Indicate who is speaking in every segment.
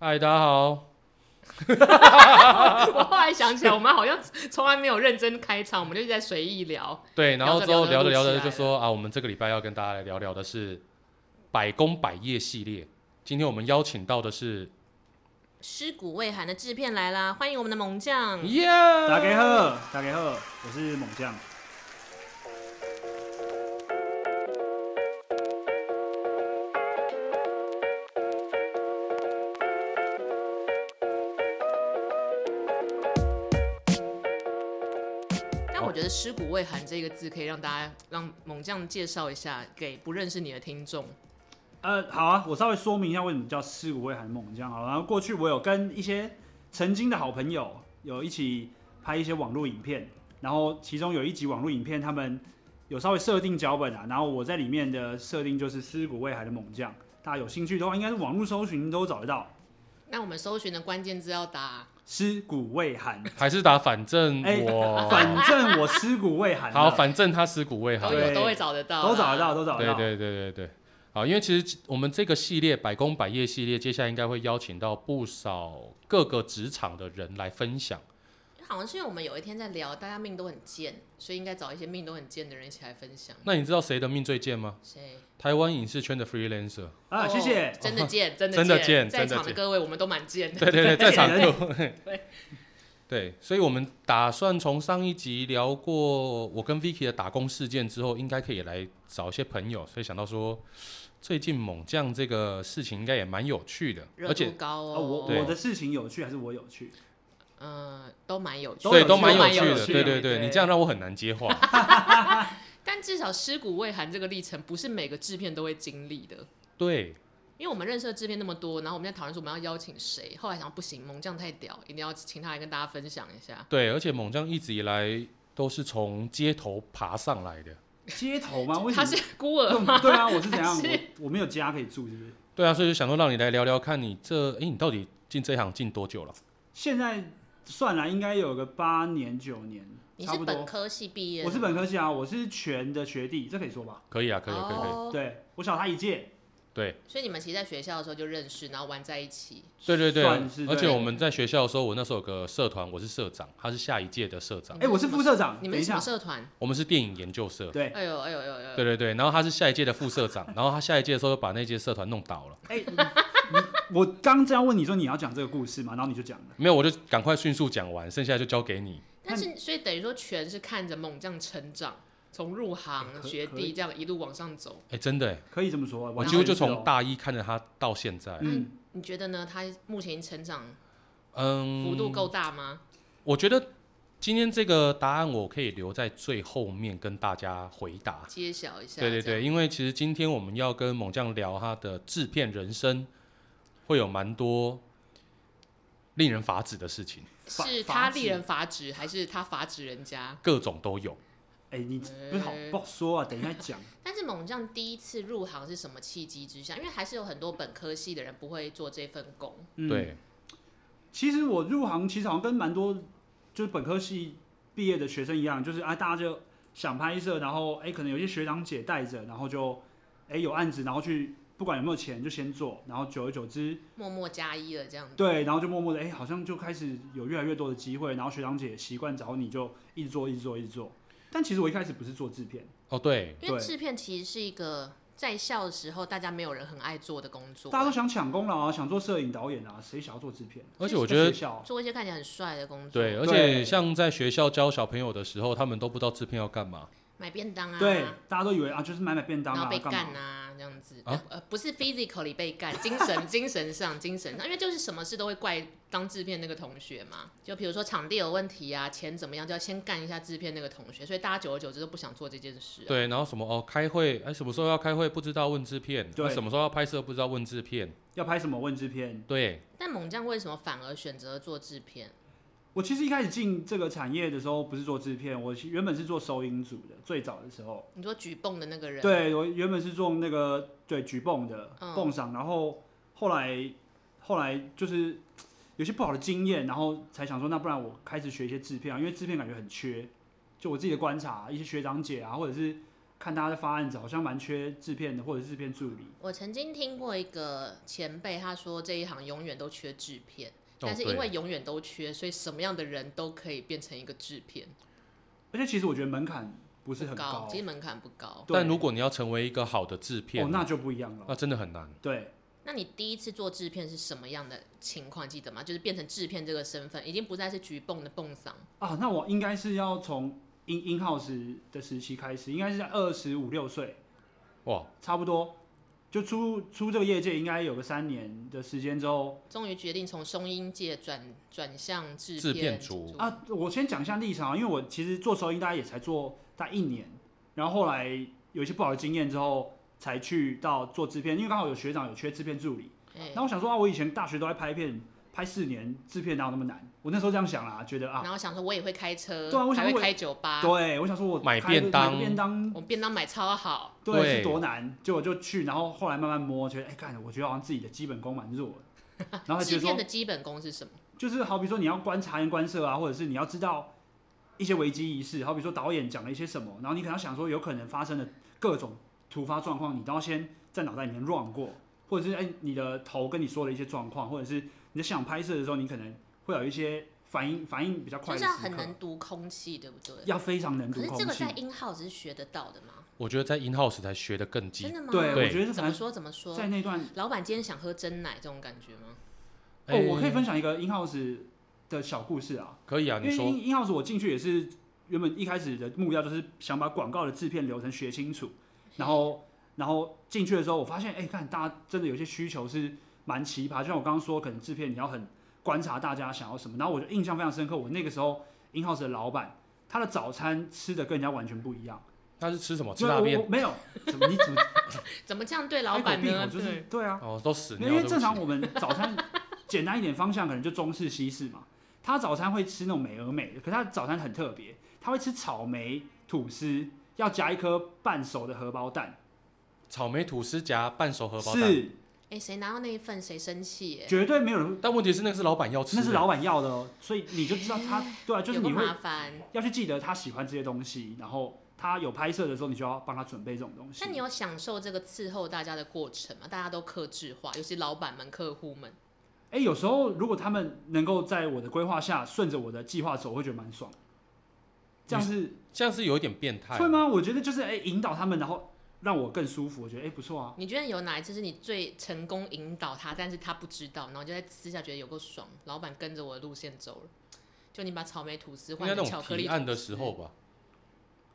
Speaker 1: 嗨，大家好，
Speaker 2: 我后来想起来，我们好像从来没有认真开场，我们就一直在随意聊。
Speaker 1: 对，然后之后聊着
Speaker 2: 聊着
Speaker 1: 聊
Speaker 2: 聊着
Speaker 1: 着
Speaker 2: 就
Speaker 1: 就说啊，我们这个礼拜要跟大家来聊聊的是百工百业系列。今天我们邀请到的是，
Speaker 2: 尸骨未寒的制片来啦，欢迎我们的猛将。
Speaker 1: 耶，
Speaker 3: 打给贺，打给贺，我是猛将。
Speaker 2: 但我觉得“尸骨未寒”这个字可以让大家让猛将介绍一下给不认识你的听众。
Speaker 3: 呃，好啊，我稍微说明一下为什么叫尸骨未寒猛将好了。然后过去我有跟一些曾经的好朋友有一起拍一些网络影片，然后其中有一集网络影片，他们有稍微设定脚本啊，然后我在里面的设定就是尸骨未寒的猛将。大家有兴趣的话，应该是网络搜寻都找得到
Speaker 2: 那我们搜寻的关键字要打
Speaker 3: 尸骨未寒。
Speaker 1: 还是打反正
Speaker 3: 哎
Speaker 1: 我、
Speaker 3: 反正我尸骨未寒了，
Speaker 1: 哦好，反正他尸骨未
Speaker 2: 都
Speaker 1: 寒。
Speaker 2: 有
Speaker 3: 对
Speaker 2: 都会找得到，
Speaker 3: 都找得。到，都找得
Speaker 1: 对
Speaker 3: 到。
Speaker 1: 对对对对，好，因为其实我们这个系列百工百业系列，接下来应该会邀请到不少各个职场的人来分享。
Speaker 2: 好像是因为我们有一天在聊，大家命都很贱，所以应该找一些命都很贱的人一起来分享。
Speaker 1: 那你知道谁的命最贱吗？
Speaker 2: 谁？
Speaker 1: 台湾影视圈的 freelancer。
Speaker 3: 啊，谢谢
Speaker 2: 哦。真的贱，真的
Speaker 1: 真的贱
Speaker 2: 在场
Speaker 1: 真的
Speaker 2: 的
Speaker 1: 贱
Speaker 2: 各位，我们都蛮贱 的。
Speaker 1: 对对对，在场各
Speaker 2: 对
Speaker 1: 位。对，所以我们打算从上一集聊过我跟 Vicky 的打工事件之后，应该可以来找一些朋友，所以想到说，最近猛将这个事情应该也蛮有趣的，
Speaker 2: 热
Speaker 1: 而且
Speaker 2: 度高
Speaker 3: 啊，
Speaker 2: 哦，
Speaker 3: 我
Speaker 1: 对
Speaker 3: 我的事情有趣还是我有趣？
Speaker 2: 嗯，都蛮有趣的，
Speaker 3: 都
Speaker 1: 对都
Speaker 3: 蛮
Speaker 1: 蛮
Speaker 3: 有
Speaker 1: 趣
Speaker 3: 趣
Speaker 1: 的，对对对，
Speaker 2: 对，
Speaker 1: 你这样让我很难接话。
Speaker 2: 但至少尸骨未寒这个历程不是每个制片都会经历的，
Speaker 1: 对，
Speaker 2: 因为我们认识的制片那么多，然后我们在讨论说我们要邀请谁，后来想不行，猛将太屌，一定要请他来跟大家分享一下。
Speaker 1: 对，而且猛将一直以来都是从街头爬上来的。
Speaker 3: 街头吗？为什
Speaker 2: 他
Speaker 3: 么？
Speaker 2: 是孤儿
Speaker 3: 那
Speaker 2: 吗？
Speaker 3: 对啊，我是怎样？
Speaker 2: 还是
Speaker 3: 我我没有家可以住，是不是？
Speaker 1: 对啊，所以就想说让你来聊聊看你这，哎，你到底进这一行进多久了？
Speaker 3: 现在算来应该有个八年九年，
Speaker 2: 你
Speaker 3: 差
Speaker 2: 是
Speaker 3: 不
Speaker 2: 本
Speaker 3: 多。
Speaker 2: 科系毕业的
Speaker 3: 我
Speaker 2: 吗，
Speaker 3: 是本科系啊，我是全的学弟，这可以说吧？
Speaker 1: 可以啊，可以啊，可以，可以。
Speaker 2: 哦，
Speaker 3: 对，我小他一届，
Speaker 1: 对，
Speaker 2: 所以你们其实在学校的时候就认识，然后玩在一起。
Speaker 1: 对对对
Speaker 3: 算是，
Speaker 1: 而且
Speaker 3: 对
Speaker 1: 我们在学校的时候，我那时候有个社团，我是社长，他是下一届的社长，
Speaker 3: 哎，我是副社长。
Speaker 2: 你
Speaker 3: 等
Speaker 2: 们
Speaker 3: 一
Speaker 2: 是什
Speaker 3: 下
Speaker 2: 么，社团？
Speaker 1: 我们是电影研究社。
Speaker 3: 对，
Speaker 2: 哎呦哎呦哎呦哎
Speaker 1: 对
Speaker 2: 呦！
Speaker 1: 对对，然后他是下一届的副社长，然后他下一届的时候又把那届社团弄倒了，
Speaker 3: 哎，你 你我刚这样问你说你要讲这个故事嘛，然后你就讲了。
Speaker 1: 没有，我就赶快迅速讲完，剩下就交给你。
Speaker 2: 但是所以等于说全是看着猛将成长，从入行
Speaker 3: 可
Speaker 2: 学
Speaker 3: 可以
Speaker 2: 弟这样一路往上走。
Speaker 1: 哎，真的哎，
Speaker 3: 可以这么说啊，
Speaker 1: 我
Speaker 3: 完
Speaker 1: 几乎
Speaker 3: 全
Speaker 1: 就是
Speaker 3: 哦
Speaker 1: 从大一看着他到现在，
Speaker 3: 嗯，
Speaker 2: 你觉得呢？他目前成长
Speaker 1: 嗯，
Speaker 2: 幅度够大吗？
Speaker 1: 我觉得今天这个答案我可以留在最后面跟大家回答。
Speaker 2: 揭晓一下。
Speaker 1: 嗯对对
Speaker 2: 这样，
Speaker 1: 对，因为其实今天我们要跟猛将聊他的制片人生，会有蛮多令人发指的事情，
Speaker 3: 法
Speaker 2: 是
Speaker 3: 法
Speaker 2: 他
Speaker 3: 指
Speaker 2: 令人发指，还是他法指人家？
Speaker 1: 各种都有。
Speaker 3: 哎，你不是好不好说啊？等一下讲。
Speaker 2: 但是猛将第一次入行是什么契机之下？因为还是有很多本科系的人不会做这份工。
Speaker 3: 嗯，
Speaker 1: 对，
Speaker 3: 其实我入行其实好像跟蛮多就是本科系毕业的学生一样，就是啊大家就想拍摄，然后哎、可能有些学长姐带着，然后就哎、有案子，然后去不管有没有钱就先做，然后久而久之，
Speaker 2: 默默加一了这样子。
Speaker 3: 对，然后就默默的哎、好像就开始有越来越多的机会，然后学长姐习惯找你就一直做一直做一直做。但其实我一开始不是做制片，
Speaker 1: 哦对，
Speaker 2: 因为
Speaker 3: 对
Speaker 2: 制片其实是一个在校的时候大家没有人很爱做的工作，
Speaker 3: 大家都想抢功劳啊，想做摄影导演啊，谁想要做制片？
Speaker 1: 而且我觉
Speaker 3: 在
Speaker 1: 得
Speaker 3: 学校
Speaker 2: 做一些看起来很帅的工作，
Speaker 1: 对，而
Speaker 3: 对
Speaker 1: 且像在学校教小朋友的时候，他们都不知道制片要干嘛。
Speaker 2: 买便当啊，
Speaker 3: 对，大家都以为啊就是买买便当
Speaker 2: 然
Speaker 3: 啊
Speaker 2: 后被
Speaker 3: 干嘛
Speaker 2: 干？啊，这样子，
Speaker 1: 啊
Speaker 2: 呃，不是 physically 被干，精神精神上精神上，因为就是什么事都会怪当制片那个同学嘛，就比如说场地有问题啊，钱怎么样，就要先干一下制片那个同学，所以大家久而久之都不想做这件事、啊。
Speaker 1: 对，然后什么哦，开会，哎，什么时候要开会不知道问制片，
Speaker 3: 对
Speaker 1: 啊什么时候要拍摄不知道问制片，
Speaker 3: 要拍什么问制片？
Speaker 1: 对，
Speaker 2: 但猛将为什么反而选择做制片？
Speaker 3: 我其实一开始进这个产业的时候，不是做制片，我原本是做收音组的。最早的时候，
Speaker 2: 你说举泵的那个人，，
Speaker 3: 对我原本是做那个对举泵的
Speaker 2: 嗯
Speaker 3: 泵上，然后后来后来就是有些不好的经验，然后才想说，那不然我开始学一些制片啊，因为制片感觉很缺。就我自己的观察，一些学长姐啊，或者是看大家的发案子，好像蛮缺制片的或者制片助理。
Speaker 2: 我曾经听过一个前辈他说，这一行永远都缺制片，但是
Speaker 1: 哦对
Speaker 2: 因为永远都缺，所以什么样的人都可以变成一个制片，
Speaker 3: 而且其实我觉得门槛不
Speaker 2: 不
Speaker 3: 是很
Speaker 2: 高，
Speaker 3: 高，
Speaker 2: 其实门槛不高。
Speaker 3: 对
Speaker 1: 但如果你呃要成为一个好的制片，
Speaker 3: 哦，那就不一样了。
Speaker 1: 那真的很难。
Speaker 3: 对，
Speaker 2: 那你第一次做制片是什么样的情况？记得吗？就是变成制片这个身份，已经不再是局蹦的蹦嗓，
Speaker 3: 啊，那我应该是要从 in in house 的时期开始，应该是在二十五六岁，
Speaker 1: 哇，
Speaker 3: 差不多就出出这个业界，应该有个三年的时间之后
Speaker 2: 终于决定从松音界转转向制
Speaker 1: 制片
Speaker 2: 组
Speaker 1: 组
Speaker 3: 啊。我先讲一下立场啊，因为我其实做收音大概也才做大概一年，然后后来有一些不好的经验之后，才去到做制片，因为刚好有学长有缺制片助理，
Speaker 2: 哎
Speaker 3: 然后我想说啊，我以前大学都在拍片，拍四年制片哪有那么难？我那时候这样想啦，觉得啊，
Speaker 2: 然后想说我也会开车，
Speaker 3: 对啊我想
Speaker 2: 还
Speaker 3: 我
Speaker 2: 会
Speaker 3: 也
Speaker 2: 开酒吧，
Speaker 3: 对我想说我
Speaker 1: 买
Speaker 3: 开个
Speaker 1: 便当
Speaker 3: 买个便当
Speaker 2: 我便当买超好，
Speaker 3: 对，是
Speaker 1: 对
Speaker 3: 多难。结果就去，然后后来慢慢摸，觉得哎，干、我觉得好像自己的基本功蛮弱的。然 后他觉
Speaker 2: 制
Speaker 3: 得
Speaker 2: 片
Speaker 3: 说，
Speaker 2: 的基本功是什么？
Speaker 3: 就是好比说你要观察跟观色啊，或者是你要知道一些危机意识，好比说导演讲了一些什么，然后你可能要想说有可能发生的各种突发状况，你都要先在脑袋里面 run 过，或者是哎、你的头跟你说的一些状况，或者是你在想拍摄的时候，你可能会有一些反应反应比较
Speaker 2: 就
Speaker 3: 快的
Speaker 2: 是
Speaker 3: 时
Speaker 2: 要很
Speaker 3: 刻，
Speaker 2: 能读空气，对不对？
Speaker 3: 要非常能
Speaker 2: 可
Speaker 3: 读
Speaker 2: 是
Speaker 3: 空
Speaker 2: 这个
Speaker 3: 气
Speaker 2: 在。音号只是学得到的吗？
Speaker 1: 我觉得在 in house 才学的更基
Speaker 2: 真。的吗？
Speaker 3: 对，我
Speaker 1: 对
Speaker 3: 觉得是
Speaker 2: 怎
Speaker 3: 反
Speaker 2: 么
Speaker 3: 正
Speaker 2: 说怎么说？
Speaker 3: 在那段
Speaker 2: 老板今天想喝真奶这种感觉吗？
Speaker 3: 哦，我可
Speaker 1: 哎
Speaker 3: 以分享一个 in house 的小故事啊。
Speaker 1: 可以啊，
Speaker 3: 因
Speaker 1: 你
Speaker 3: 为
Speaker 1: 说
Speaker 3: in in house 我进去也是原本一开始的目标就是想把广告的制片流程学清楚，然后然后进去的时候我发现，哎、看大家真的有些需求是蛮奇葩，就像我刚刚说，可能制片你要很观察大家想要什么，然后我就印象非常深刻，我那个时候 in house 的老板。他的早餐吃的跟人家完全不一样，
Speaker 1: 他是吃什么？哦吃
Speaker 3: 就
Speaker 1: 大
Speaker 3: 我
Speaker 1: 便
Speaker 3: 我没有，怎么你怎么
Speaker 2: 怎么这样对
Speaker 3: 开
Speaker 2: 老
Speaker 3: 口
Speaker 2: 板
Speaker 3: 闭
Speaker 2: 呢？
Speaker 3: 口就是
Speaker 2: 对，
Speaker 3: 对啊，
Speaker 1: 哦，都屎
Speaker 3: 没
Speaker 1: 尿。
Speaker 3: 有因
Speaker 1: 对
Speaker 3: 为
Speaker 1: 不
Speaker 3: 正常
Speaker 1: 起
Speaker 3: 我们早餐简单一点方向可能就中式西式嘛。他早餐会吃那种美而美的，可是他早餐很特别，他会吃草莓吐司，要加一颗半熟的荷包蛋，
Speaker 1: 草莓吐司夹半熟荷包蛋，
Speaker 3: 是
Speaker 2: 哎，谁拿到那一份谁生气耶？
Speaker 3: 绝对没有人，
Speaker 1: 但问题是那个是老板要吃欸的，
Speaker 3: 那是老板要的哦，所以你就知道 他对啊，就是
Speaker 2: 有个
Speaker 3: 你会
Speaker 2: 麻烦。
Speaker 3: 要去记得他喜欢这些东西，然后他有拍摄的时候，你就要帮他准备这种东西
Speaker 2: 那。你有享受这个伺候大家的过程吗？大家都克制化，尤其老板们、客户们，
Speaker 3: 哎、有时候如果他们能够在我的规划下顺着我的计划走，我会觉得蛮爽。这样是
Speaker 1: 这样是有一点变态。
Speaker 3: 会？吗？我觉得就是哎、引导他们，然后让我更舒服。我觉得哎、不错啊。
Speaker 2: 你觉得有哪一次是你最成功引导他，但是他不知道，然后就在私下觉得有够爽，老板跟着我的路线走了，就你把草莓吐司
Speaker 1: 应
Speaker 2: 换
Speaker 1: 该那
Speaker 2: 成巧
Speaker 1: 种
Speaker 2: 克力
Speaker 1: 提
Speaker 2: 吐司
Speaker 1: 案的时候吧，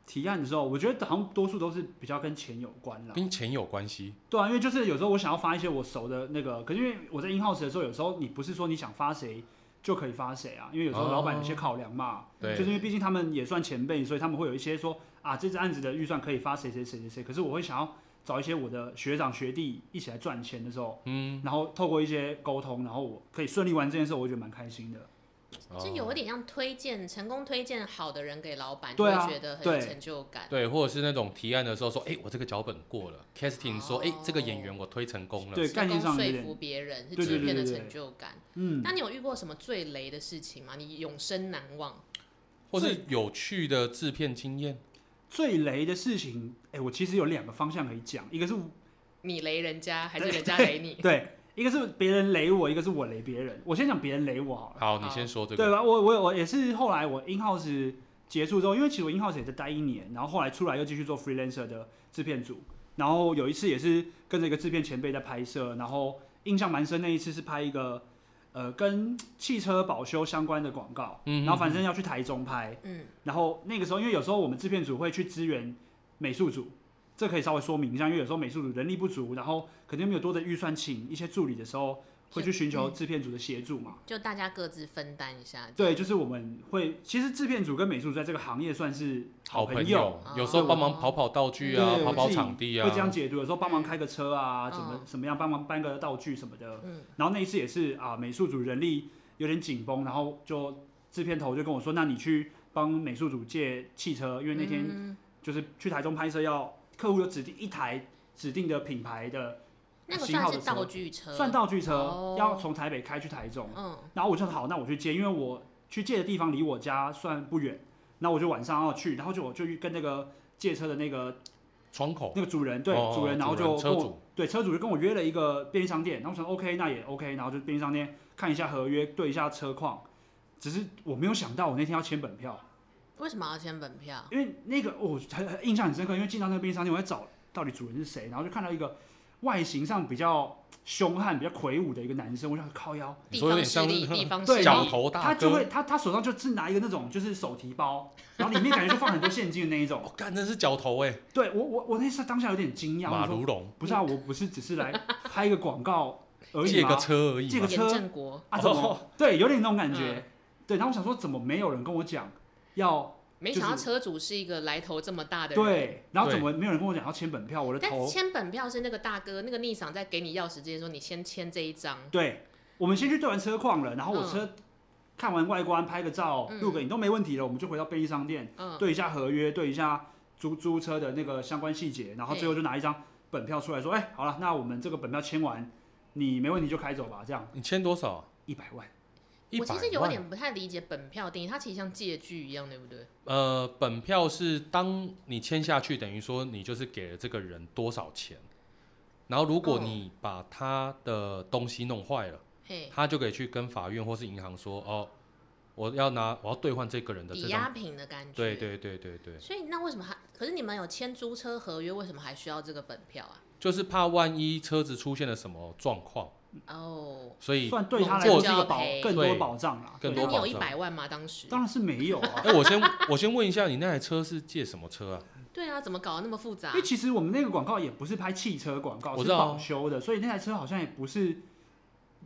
Speaker 3: 提案的时候，我觉得好像多数都是比较跟钱有关啦。
Speaker 1: 跟钱有关系。
Speaker 3: 对啊，因为就是有时候我想要发一些我熟的那个，可是因为我在 in house 的时候，有时候你不是说你想发谁就可以发谁啊，因为有时候
Speaker 1: 哦
Speaker 3: 老板有些考量嘛，
Speaker 1: 对
Speaker 3: 就是因为毕竟他们也算前辈，所以他们会有一些说啊，这支案子的预算可以发谁谁谁谁谁，可是我会想要找一些我的学长学弟一起来赚钱的时候，
Speaker 1: 嗯，
Speaker 3: 然后透过一些沟通，然后我可以顺利完这件事，我觉得蛮开心的。啊
Speaker 2: 就
Speaker 1: 哦
Speaker 2: 有一点像推荐成功推荐好的人给老板，就
Speaker 3: 对
Speaker 2: 会
Speaker 3: 啊
Speaker 2: 觉得很有
Speaker 3: 对
Speaker 2: 成就感。
Speaker 1: 对，或者是那种提案的时候说，哎、我这个脚本过了，casting 说，哎、
Speaker 2: 哦
Speaker 1: 这个演员我推成功了。
Speaker 3: 对
Speaker 2: 成
Speaker 3: 概念
Speaker 2: 功
Speaker 3: 上有
Speaker 2: 说
Speaker 3: 点
Speaker 2: 服别人是
Speaker 3: 对
Speaker 1: 对
Speaker 2: 制片
Speaker 3: 对
Speaker 2: 的
Speaker 3: 对
Speaker 2: 成就感。
Speaker 3: 嗯，
Speaker 2: 那你有遇过什么最雷的事情吗？你永生难忘？
Speaker 1: 或是有趣的制片经验，
Speaker 3: 最雷的事情，哎、我其实有两个方向可以讲，一 个是
Speaker 2: 你雷人家还是人家雷你？
Speaker 3: 对，一个是别人雷我，一个是我雷别人。我先讲别人雷我好了，
Speaker 1: 好，
Speaker 2: 好
Speaker 1: 你先说这
Speaker 3: 对
Speaker 1: 个。
Speaker 3: 吧？我我我也是后来我 in house 结束之后，因为其实我 in house 也在待一年，然后后来出来又继续做 freelancer 的制片组，然后有一次也是跟着一个制片前辈在拍摄，然后印象蛮深那一次是拍一个呃跟汽车保修相关的广告，
Speaker 1: 嗯
Speaker 3: 然后反正要去台中拍，
Speaker 2: 嗯，
Speaker 3: 然后那个时候，因为有时候我们制片组会去支援美术组，这可以稍微说明一下，因为有时候美术组人力不足，然后可能没有多的预算请一些助理的时候，会去寻求制片组的协助嘛。
Speaker 2: 就大家各自分担一下。
Speaker 3: 对，就是我们会，其实制片组跟美术组在这个行业算是
Speaker 1: 好
Speaker 3: 朋
Speaker 1: 朋友，有时候帮忙跑跑道具啊，
Speaker 3: 对
Speaker 1: 跑跑
Speaker 3: 我自己
Speaker 1: 场地
Speaker 3: 会这样
Speaker 1: 啊，
Speaker 3: 解读，有时候帮忙开个车啊，怎么
Speaker 2: 嗯
Speaker 3: 怎么样，帮忙搬个道具什么的。
Speaker 2: 嗯，
Speaker 3: 然后那一次也是啊，美术组人力有点紧绷，然后就制片头就跟我说，那你去帮美术组借汽车，因为那天
Speaker 2: 嗯
Speaker 3: 就是去台中拍摄，要客户有指定一台指定的品牌的
Speaker 2: 那个
Speaker 3: 型号
Speaker 2: 算
Speaker 3: 的
Speaker 2: 是
Speaker 3: 车
Speaker 2: 道具车，
Speaker 3: 算道具车，
Speaker 2: 嗯哦
Speaker 3: 要从台北开去台中。
Speaker 2: 嗯，
Speaker 3: 然后我就说好，那我去借，因为我去借的地方离我家算不远，那我就晚上要去，然后就我就跟那个借车的那个
Speaker 1: 窗口，
Speaker 3: 那个主人对、
Speaker 1: 哦
Speaker 3: 主人，然后就
Speaker 1: 车
Speaker 3: 跟我
Speaker 1: 主，
Speaker 3: 对车主就跟我约了一个便利商店，然后我想 OK 那也 OK，然后就便利商店看一下合约，对一下车况。只是我没有想到我那天要签本票，
Speaker 2: 为什么要签本票？
Speaker 3: 因为那个哦我很很印象很深刻，因为进到那个便利商店，我在找到底主人是谁，然后就看到一个外形上比较凶悍、比较魁梧的一个男生，我想靠腰，
Speaker 1: 你
Speaker 2: 地
Speaker 1: 说有
Speaker 2: 方
Speaker 1: 点
Speaker 2: 势
Speaker 1: 像
Speaker 2: 力，地方势
Speaker 3: 对
Speaker 2: 力，
Speaker 1: 角头大
Speaker 3: 他就
Speaker 1: 哥，
Speaker 3: 会他他手上就是拿一个那种就是手提包，然后里面感觉就放很多现金的那一种
Speaker 1: 我。哦干，真是角头哎，
Speaker 3: 对我我我那时候当下有点惊讶，
Speaker 1: 马
Speaker 3: 我说
Speaker 1: 如龙，
Speaker 3: 不是啊，我不是只是来拍一个广告而已
Speaker 1: 借个
Speaker 3: 吗？
Speaker 1: 车而已
Speaker 3: 借
Speaker 1: 嘛
Speaker 3: 个，
Speaker 2: 严
Speaker 3: 车
Speaker 2: 正国
Speaker 3: 啊，怎么？对，有点那种感觉
Speaker 2: 嗯。
Speaker 3: 对，然后我想说，怎么没有人跟我讲要
Speaker 2: 没
Speaker 3: 就是
Speaker 2: 想到车主是一个来头这么大的人。
Speaker 3: 对，然后
Speaker 1: 对
Speaker 3: 怎么没有人跟我讲要签本票？我的
Speaker 2: 但
Speaker 3: 头，
Speaker 2: 签本票是那个大哥，那个逆赏在给你钥匙之前说，你先签这一张。
Speaker 3: 对，我们先去对完车况了，然后我
Speaker 2: 嗯
Speaker 3: 车看完外观，拍个照，
Speaker 2: 嗯
Speaker 3: 录个影都没问题了，我们就回到便利商店
Speaker 2: 嗯，
Speaker 3: 对一下合约，对一下租租车的那个相关细节，然后最后就拿一张本票出来说，哎，好了，那我们这个本票签完，你没问题就开走吧，这样
Speaker 1: 你签多少啊？
Speaker 3: 一百万。
Speaker 1: 一
Speaker 2: 我
Speaker 1: 百
Speaker 2: 其实有
Speaker 1: 万
Speaker 2: 点不太理解本票定义，它其实像借据一样，对不对？
Speaker 1: 呃，本票是当你签下去，等于说你就是给了这个人多少钱，然后如果
Speaker 2: 哦
Speaker 1: 你把他的东西弄坏了，
Speaker 2: 嘿，
Speaker 1: 他就可以去跟法院或是银行说，哦，我要拿，我要兑换这个人的
Speaker 2: 抵
Speaker 1: 这
Speaker 2: 押
Speaker 1: 张，
Speaker 2: 品的感觉。
Speaker 1: 对。对对对对，
Speaker 2: 所以那为什么还？可是你们有签租车合约，为什么还需要这个本票啊？
Speaker 1: 就是怕万一车子出现了什么状况，
Speaker 2: 哦，
Speaker 1: 所以，
Speaker 3: 算对他来
Speaker 1: 我
Speaker 3: 说是一个
Speaker 2: 就要
Speaker 3: 保
Speaker 2: 赔
Speaker 3: 更多
Speaker 1: 对
Speaker 3: 保障啦，
Speaker 1: 更
Speaker 3: 对
Speaker 1: 多
Speaker 2: 那你有
Speaker 1: 保
Speaker 2: 一
Speaker 1: 障
Speaker 2: 百万吗？当时？
Speaker 3: 当然是没有 啊，
Speaker 1: 哎、我先我先问一下，你那台车是借什么车啊？
Speaker 2: 对啊，怎么搞得那么复杂
Speaker 3: 因为？其实我们那个广告也不是拍汽车广告，
Speaker 1: 我
Speaker 3: 是
Speaker 1: 知道啊
Speaker 3: 保修的，所以那台车好像也不是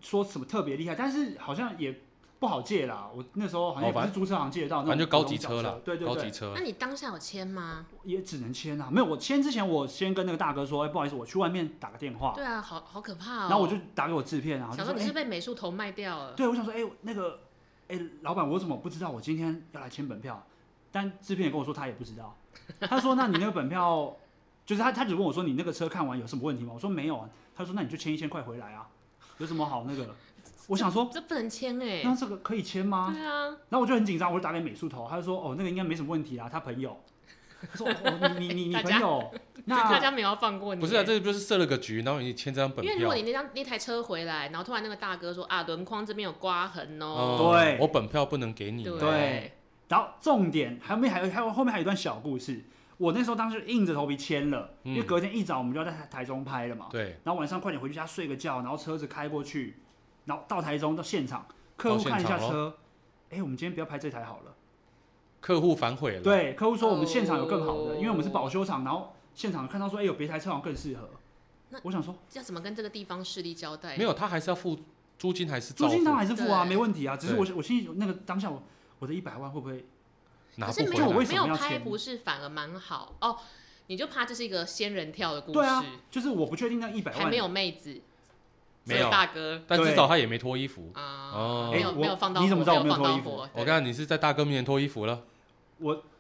Speaker 3: 说什么特别厉害，但是好像也不好借啦。我那时候好像也
Speaker 1: 哦
Speaker 3: 不
Speaker 1: 反
Speaker 3: 是租车行借得到，
Speaker 1: 反正就高级
Speaker 3: 车
Speaker 1: 车啦，
Speaker 3: 对对
Speaker 1: 高级
Speaker 3: 对，
Speaker 1: 车
Speaker 2: 那，你当下有签吗？
Speaker 3: 也只能签啊。没有，我签之前我先跟那个大哥说，哎、不好意思，我去外面打个电话，
Speaker 2: 对啊，好好可怕哦。
Speaker 3: 然后我就打给我制片啊，我就
Speaker 2: 想
Speaker 3: 说
Speaker 2: 说你
Speaker 3: 哎、
Speaker 2: 是被美术头卖掉了。
Speaker 3: 对，我想说，哎、那个，哎、老板，我怎么不知道我今天要来签本票？但制片也跟我说他也不知道，他说，那你那个本票，就是他，他只问我说你那个车看完有什么问题吗？我说没有啊，他说那你就签一千块回来啊，有什么好那个？我想说，
Speaker 2: 这不能签哎、
Speaker 3: 那这个可以签吗？
Speaker 2: 对啊，
Speaker 3: 然后我就很紧张，我就打给美术头，他就说，哦，那个应该没什么问题啊，他朋友。他说，哦、你你你你
Speaker 2: 大
Speaker 3: 朋
Speaker 2: 家
Speaker 3: 友，
Speaker 2: 大
Speaker 3: 那
Speaker 2: 家没有要放
Speaker 3: 哦
Speaker 2: 过你、
Speaker 1: 不是啊，这就是设了个局，然后你签这张本
Speaker 2: 因
Speaker 1: 票，
Speaker 2: 为如果你那张那台车回来，然后突然那个大哥说啊，轮框这边有刮痕哦，
Speaker 1: 哦
Speaker 3: 对
Speaker 1: 我本票不能给你，
Speaker 2: 对
Speaker 3: 对然后重点还没还有还有后面还有一段小故事。我那时候当时硬着头皮签了，因为
Speaker 1: 嗯
Speaker 3: 隔天一早我们就要在台台中拍了嘛。
Speaker 1: 对，
Speaker 3: 然后晚上快点回去家睡个觉，然后车子开过去，然后到台中到现场，客户看一下
Speaker 1: 到现场
Speaker 3: 车，哎，我们今天不要拍这台好了。
Speaker 1: 客户反悔了，
Speaker 3: 对，客户说我们现场有更好的，
Speaker 2: 哦
Speaker 3: 因为我们是保修厂，然后现场看到说，哎，有别台车好像更适合
Speaker 2: 那。
Speaker 3: 我想说，
Speaker 2: 要怎么跟这个地方势力交代？
Speaker 1: 没有，他还是要付租金，还是照
Speaker 3: 租金当
Speaker 1: 付
Speaker 3: 然还是付啊，
Speaker 2: 对
Speaker 3: 没问题啊，只是
Speaker 1: 对
Speaker 3: 我我心里那个当下我我的一百万会不会
Speaker 1: 拿
Speaker 2: 可
Speaker 1: 不
Speaker 2: 是
Speaker 1: 回
Speaker 2: 没
Speaker 1: 来。
Speaker 2: 有
Speaker 3: 就我为什
Speaker 2: 没
Speaker 3: 么
Speaker 2: 有
Speaker 3: 要
Speaker 2: 拍
Speaker 3: 签
Speaker 2: 不是反而蛮好哦，你就怕这是一个仙人跳的故事，
Speaker 3: 对啊，就是我不确定那一百
Speaker 2: 还
Speaker 3: 万
Speaker 2: 没有妹子，
Speaker 1: 没
Speaker 2: 只
Speaker 1: 有
Speaker 2: 大哥
Speaker 1: 但至
Speaker 3: 对
Speaker 1: 少他也没脱衣服。
Speaker 2: 啊，
Speaker 1: 哦
Speaker 2: 没有
Speaker 3: 哎
Speaker 2: 没有
Speaker 3: 我
Speaker 2: 放到火，
Speaker 3: 你怎么知道我
Speaker 2: 没
Speaker 3: 没有
Speaker 2: 放到
Speaker 3: 脱衣服哦
Speaker 2: 火？
Speaker 1: 我
Speaker 2: 对
Speaker 1: 看你是在大哥面前脱衣服了。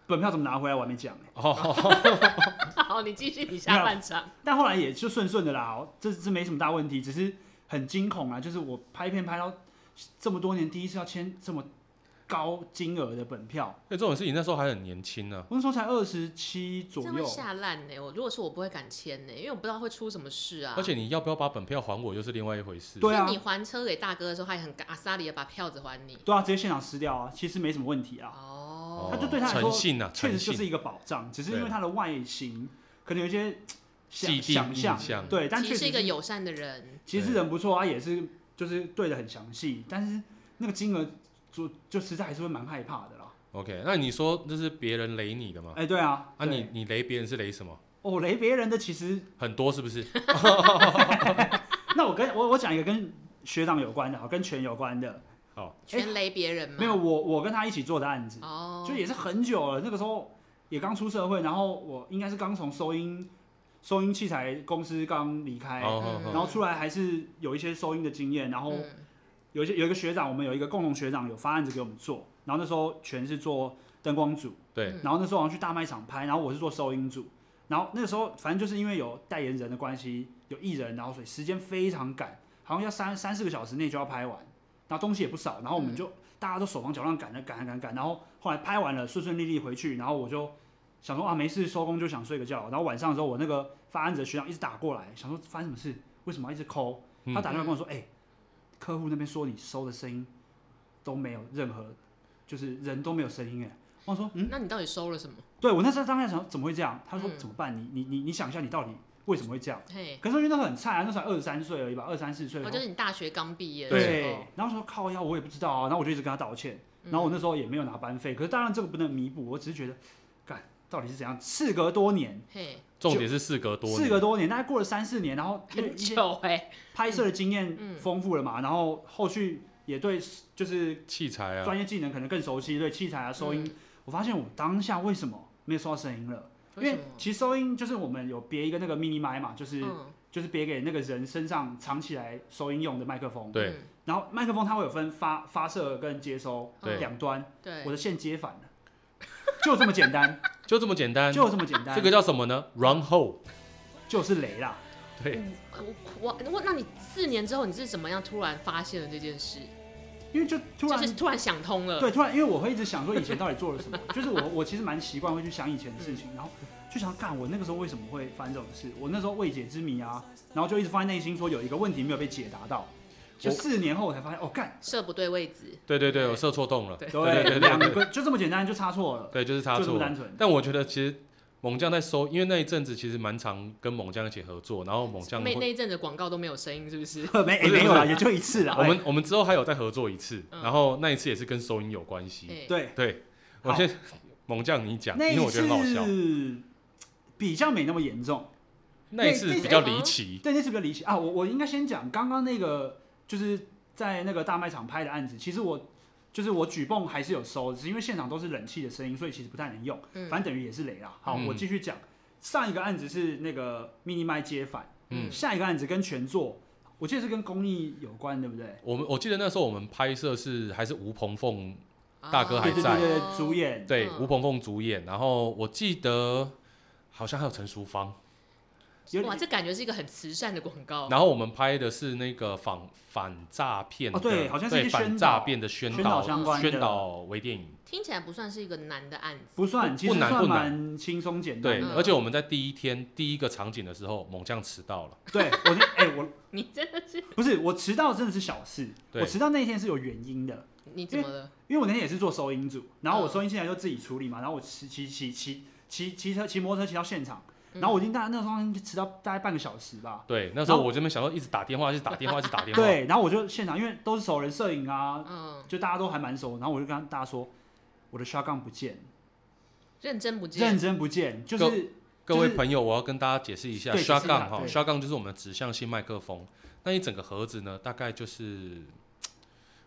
Speaker 3: 本票怎么拿回来，我还没讲呢。
Speaker 1: 哦，
Speaker 2: 好，你继续你下半场，
Speaker 3: 但后来也就顺顺的啦，哦这这没什么大问题，只是很惊恐啊，就是我拍片拍到这么多年，第一次要签这么高金额的本票，
Speaker 1: 那这种事情那时候还很年轻啊呢、
Speaker 3: 我那时候才二十七左
Speaker 2: 这会
Speaker 3: 右，
Speaker 2: 下烂呢、我如果说我不会敢签呢、因为我不知道会出什么事啊。
Speaker 1: 而且你要不要把本票还我，又是另外一回事。
Speaker 3: 对啊
Speaker 2: 所以你还车给大哥的时候，他也很阿萨里的把票子还你。
Speaker 3: 对啊，直接现场撕掉啊，其实没什么问题啊，
Speaker 2: 哦
Speaker 1: 哦，
Speaker 3: 他就对他来说
Speaker 1: 诚信啊，
Speaker 3: 确
Speaker 1: 诚
Speaker 3: 实就
Speaker 1: 信
Speaker 3: 是一个保障，只是
Speaker 1: 对
Speaker 3: 因为它的外形可能有一些
Speaker 1: 既
Speaker 3: 嘖想
Speaker 1: 定印
Speaker 3: 想象，
Speaker 1: 象
Speaker 3: 对，但
Speaker 2: 其
Speaker 3: 确
Speaker 2: 实
Speaker 3: 实
Speaker 2: 是一个友善的人，
Speaker 3: 其实人不错啊，也是就是对的很详细，但是那个金额就就实在还是会蛮害怕的啦，
Speaker 1: OK，那你说这是别人雷你的吗？
Speaker 3: 哎、对啊，
Speaker 1: 啊
Speaker 3: 对
Speaker 1: 你，你雷别人是雷什么？
Speaker 3: 哦雷别人的其实
Speaker 1: 很多是不是？
Speaker 3: 那我跟我我讲一个跟学长有关的，好，跟拳有关的，
Speaker 2: 全雷别人嘛。
Speaker 3: 哎没有我我跟他一起做的案子，
Speaker 2: 嗯哦，
Speaker 3: 就也是很久了，那个时候也刚出社会，然后我应该是刚从收音收音器材公司刚离开，
Speaker 1: 哦
Speaker 2: 嗯
Speaker 3: 然后出来还是有一些收音的经验，然后
Speaker 2: 嗯
Speaker 3: 有一些有一个学长，我们有一个共同学长有发案子给我们做，然后那时候全是做灯光组，
Speaker 1: 对，
Speaker 2: 嗯
Speaker 3: 然后那时候好像去大卖场拍，然后我是做收音组，然后那时候反正就是因为有代言人的关系，有艺人，然后所以时间非常赶，好像要三三四个小时内就要拍完，然后东西也不少，然后我
Speaker 1: 嗯
Speaker 3: 们就、大家都手忙脚乱赶着赶赶赶，然后后来拍完了顺顺利利回去，然后我就想说啊没事收工就想睡个觉，然后晚上的时候我那个发案子的学长一直打过来，想说发生什么事，为什么要一直抠？
Speaker 1: 嗯
Speaker 3: 他打电话跟我说，哎、客户那边说你收的声音都没有任何，就是人都没有声音哎。我想说，嗯，
Speaker 2: 那你到底收了什么？
Speaker 3: 对我那时候当时想怎么会这样？他说
Speaker 2: 嗯
Speaker 3: 怎么办？你你你你想一下，你到底为什么会这样？
Speaker 2: 嘿，
Speaker 3: 可是因为那时候很菜啊，那时候才二十三岁而已吧，二三四岁。
Speaker 2: 哦，就是哦你大学刚毕业的时
Speaker 3: 对
Speaker 2: 候，，
Speaker 3: 然后说靠腰，我也不知道啊，然后我就一直跟他道歉，
Speaker 2: 嗯
Speaker 3: 然后我那时候也没有拿班费，可是当然这个不能弥补，我只是觉得，干到底是怎样？事隔多年，
Speaker 2: 嗯嘿，
Speaker 1: 重点是事隔多年，
Speaker 3: 事隔多年，大概过了三四年，然后因为
Speaker 2: 很
Speaker 3: 一些
Speaker 2: 久哎，
Speaker 3: 拍摄的经验
Speaker 2: 嗯
Speaker 3: 丰富了嘛，然后后续也对就是
Speaker 1: 器材啊，
Speaker 3: 专业技能可能更熟悉，对器材啊、收音，我发现我当下为什么没有收到声音了？因
Speaker 2: 嗯，为
Speaker 3: 为
Speaker 2: 什么
Speaker 3: 其实收音就是我们有别一个那个 mini 麦嘛，就是
Speaker 2: 嗯
Speaker 3: 就是别给那个人身上藏起来收音用的麦克风。
Speaker 1: 对
Speaker 2: 嗯
Speaker 3: 然后麦克风它会有分发发射跟接收
Speaker 1: 对
Speaker 3: 两端，
Speaker 2: 对
Speaker 3: 我，的线接反了，就这么 简单，
Speaker 1: 就这么简单。
Speaker 3: 就这么简单，
Speaker 1: 这个叫什么呢？Run hole。
Speaker 3: 就是雷啦。
Speaker 1: 对，
Speaker 2: 我嗯我我，那你四年之后你是怎么样突然发现了这件事？
Speaker 3: 因为就突然
Speaker 2: 就是突然想通
Speaker 1: 呃
Speaker 2: 了，
Speaker 3: 对突然，因为我会一直想说以前到底做了什 么，就是我我其实蛮习惯会去想以前的事情，然后就想干我那个时候为什么会发生这种事，我那时候未解之谜啊，然后就一直放在内心说有一个问题没有被解答到，就
Speaker 1: 我
Speaker 3: 四年后我才发现哦干，
Speaker 2: 射不对位置，
Speaker 1: 对对对，我射错洞了。
Speaker 2: 对
Speaker 1: 对对对
Speaker 3: 两个就这么简单就差错了，
Speaker 1: 对，就是差
Speaker 3: 就这
Speaker 1: 错
Speaker 3: 么
Speaker 1: 了。
Speaker 3: 单纯，
Speaker 1: 但我觉得其实猛将在收，因为那一阵子其实蛮常跟猛将一起合作，然后猛将
Speaker 2: 那
Speaker 1: 会，
Speaker 2: 那一阵子广告都没有声音，是 不是？
Speaker 3: 没
Speaker 1: 不
Speaker 3: 哎
Speaker 1: 是
Speaker 3: 没有
Speaker 1: 不
Speaker 3: 啦，
Speaker 1: 是
Speaker 3: 也就一次啦，
Speaker 1: 我们我们之后还有再合作一次，
Speaker 2: 嗯
Speaker 1: 然后那一次也是跟收音有关系。
Speaker 2: 嘿，
Speaker 3: 哎对，
Speaker 1: 对，我
Speaker 3: 好
Speaker 1: 先 猛将你讲，
Speaker 3: 那
Speaker 1: 因为
Speaker 3: 一
Speaker 1: 我觉得很好笑。
Speaker 3: 次比较没那么严重，
Speaker 1: 那一次
Speaker 3: 那
Speaker 1: 比较
Speaker 2: 那
Speaker 1: 离奇，
Speaker 3: 对，那次比较离奇啊。我我应该先讲刚刚那个，就是在那个大卖场拍的案子，其实我就是我举泵还是有收，只是因为现场都是冷气的声音，所以其实不太能用，
Speaker 2: 嗯
Speaker 3: 反正等于也是雷啦。好，
Speaker 1: 嗯
Speaker 3: 我继续讲，上一个案子是那个 mini 麦接反，
Speaker 1: 嗯
Speaker 3: 下一个案子跟全座，我记得是跟公益有关，对不对？
Speaker 1: 我们我记得那时候我们拍摄是还是吴鹏凤大哥
Speaker 2: 哦
Speaker 1: 还
Speaker 3: 啊对对
Speaker 1: 在
Speaker 3: 对对，主演
Speaker 1: 对
Speaker 2: 嗯
Speaker 1: 吴鹏凤主演，然后我记得好像还有陈淑芳，
Speaker 3: 有
Speaker 2: 哇，
Speaker 3: 点
Speaker 2: 这感觉是一个很慈善的广告。
Speaker 1: 然后我们拍的是那个反反诈骗的
Speaker 3: 哦对好像是
Speaker 1: 对
Speaker 3: 去宣
Speaker 1: 反
Speaker 3: 导
Speaker 1: 诈骗的宣
Speaker 3: 宣
Speaker 1: 导
Speaker 3: 导相关的
Speaker 1: 宣导微电影，
Speaker 2: 听起来不算是一个难的案子，
Speaker 3: 不算，其实
Speaker 1: 不难
Speaker 3: 算
Speaker 1: 不难
Speaker 3: 蛮轻松简单
Speaker 1: 对，
Speaker 2: 嗯
Speaker 3: 的。
Speaker 1: 而且我们在第一天第一个场景的时候，猛将迟到了，
Speaker 3: 对，我那哎、我
Speaker 2: 你真的是
Speaker 3: 不是我迟到真的是小事，
Speaker 1: 对
Speaker 3: 我迟到那一天是有原因的。
Speaker 2: 你怎么了？
Speaker 3: 因为我那天也是做收音组，然后我
Speaker 2: 嗯
Speaker 3: 收音进来就自己处理嘛，然后我骑骑骑骑骑骑车骑摩托车骑到现场，
Speaker 2: 嗯
Speaker 3: 然后我已经大概那时候应该迟到大概半个小时吧，
Speaker 1: 对，那时候我这边想说一直打电话，一直打电话，一直打电话，
Speaker 3: 哦对，然后我就现场因为都是熟人摄影啊，
Speaker 2: 嗯，
Speaker 3: 就大家都还蛮熟，然后我就跟大家说我的刷杠不见，
Speaker 2: 认真不见
Speaker 3: 认，真不见，就是
Speaker 1: 各位
Speaker 3: 就是
Speaker 1: 朋友，我要跟大家解释一下，
Speaker 3: 对
Speaker 1: 刷
Speaker 3: 解释一下
Speaker 1: 杠哈，
Speaker 3: 对
Speaker 1: 刷杠就是我们的指向性麦克风。那一整个盒子呢，大概就是，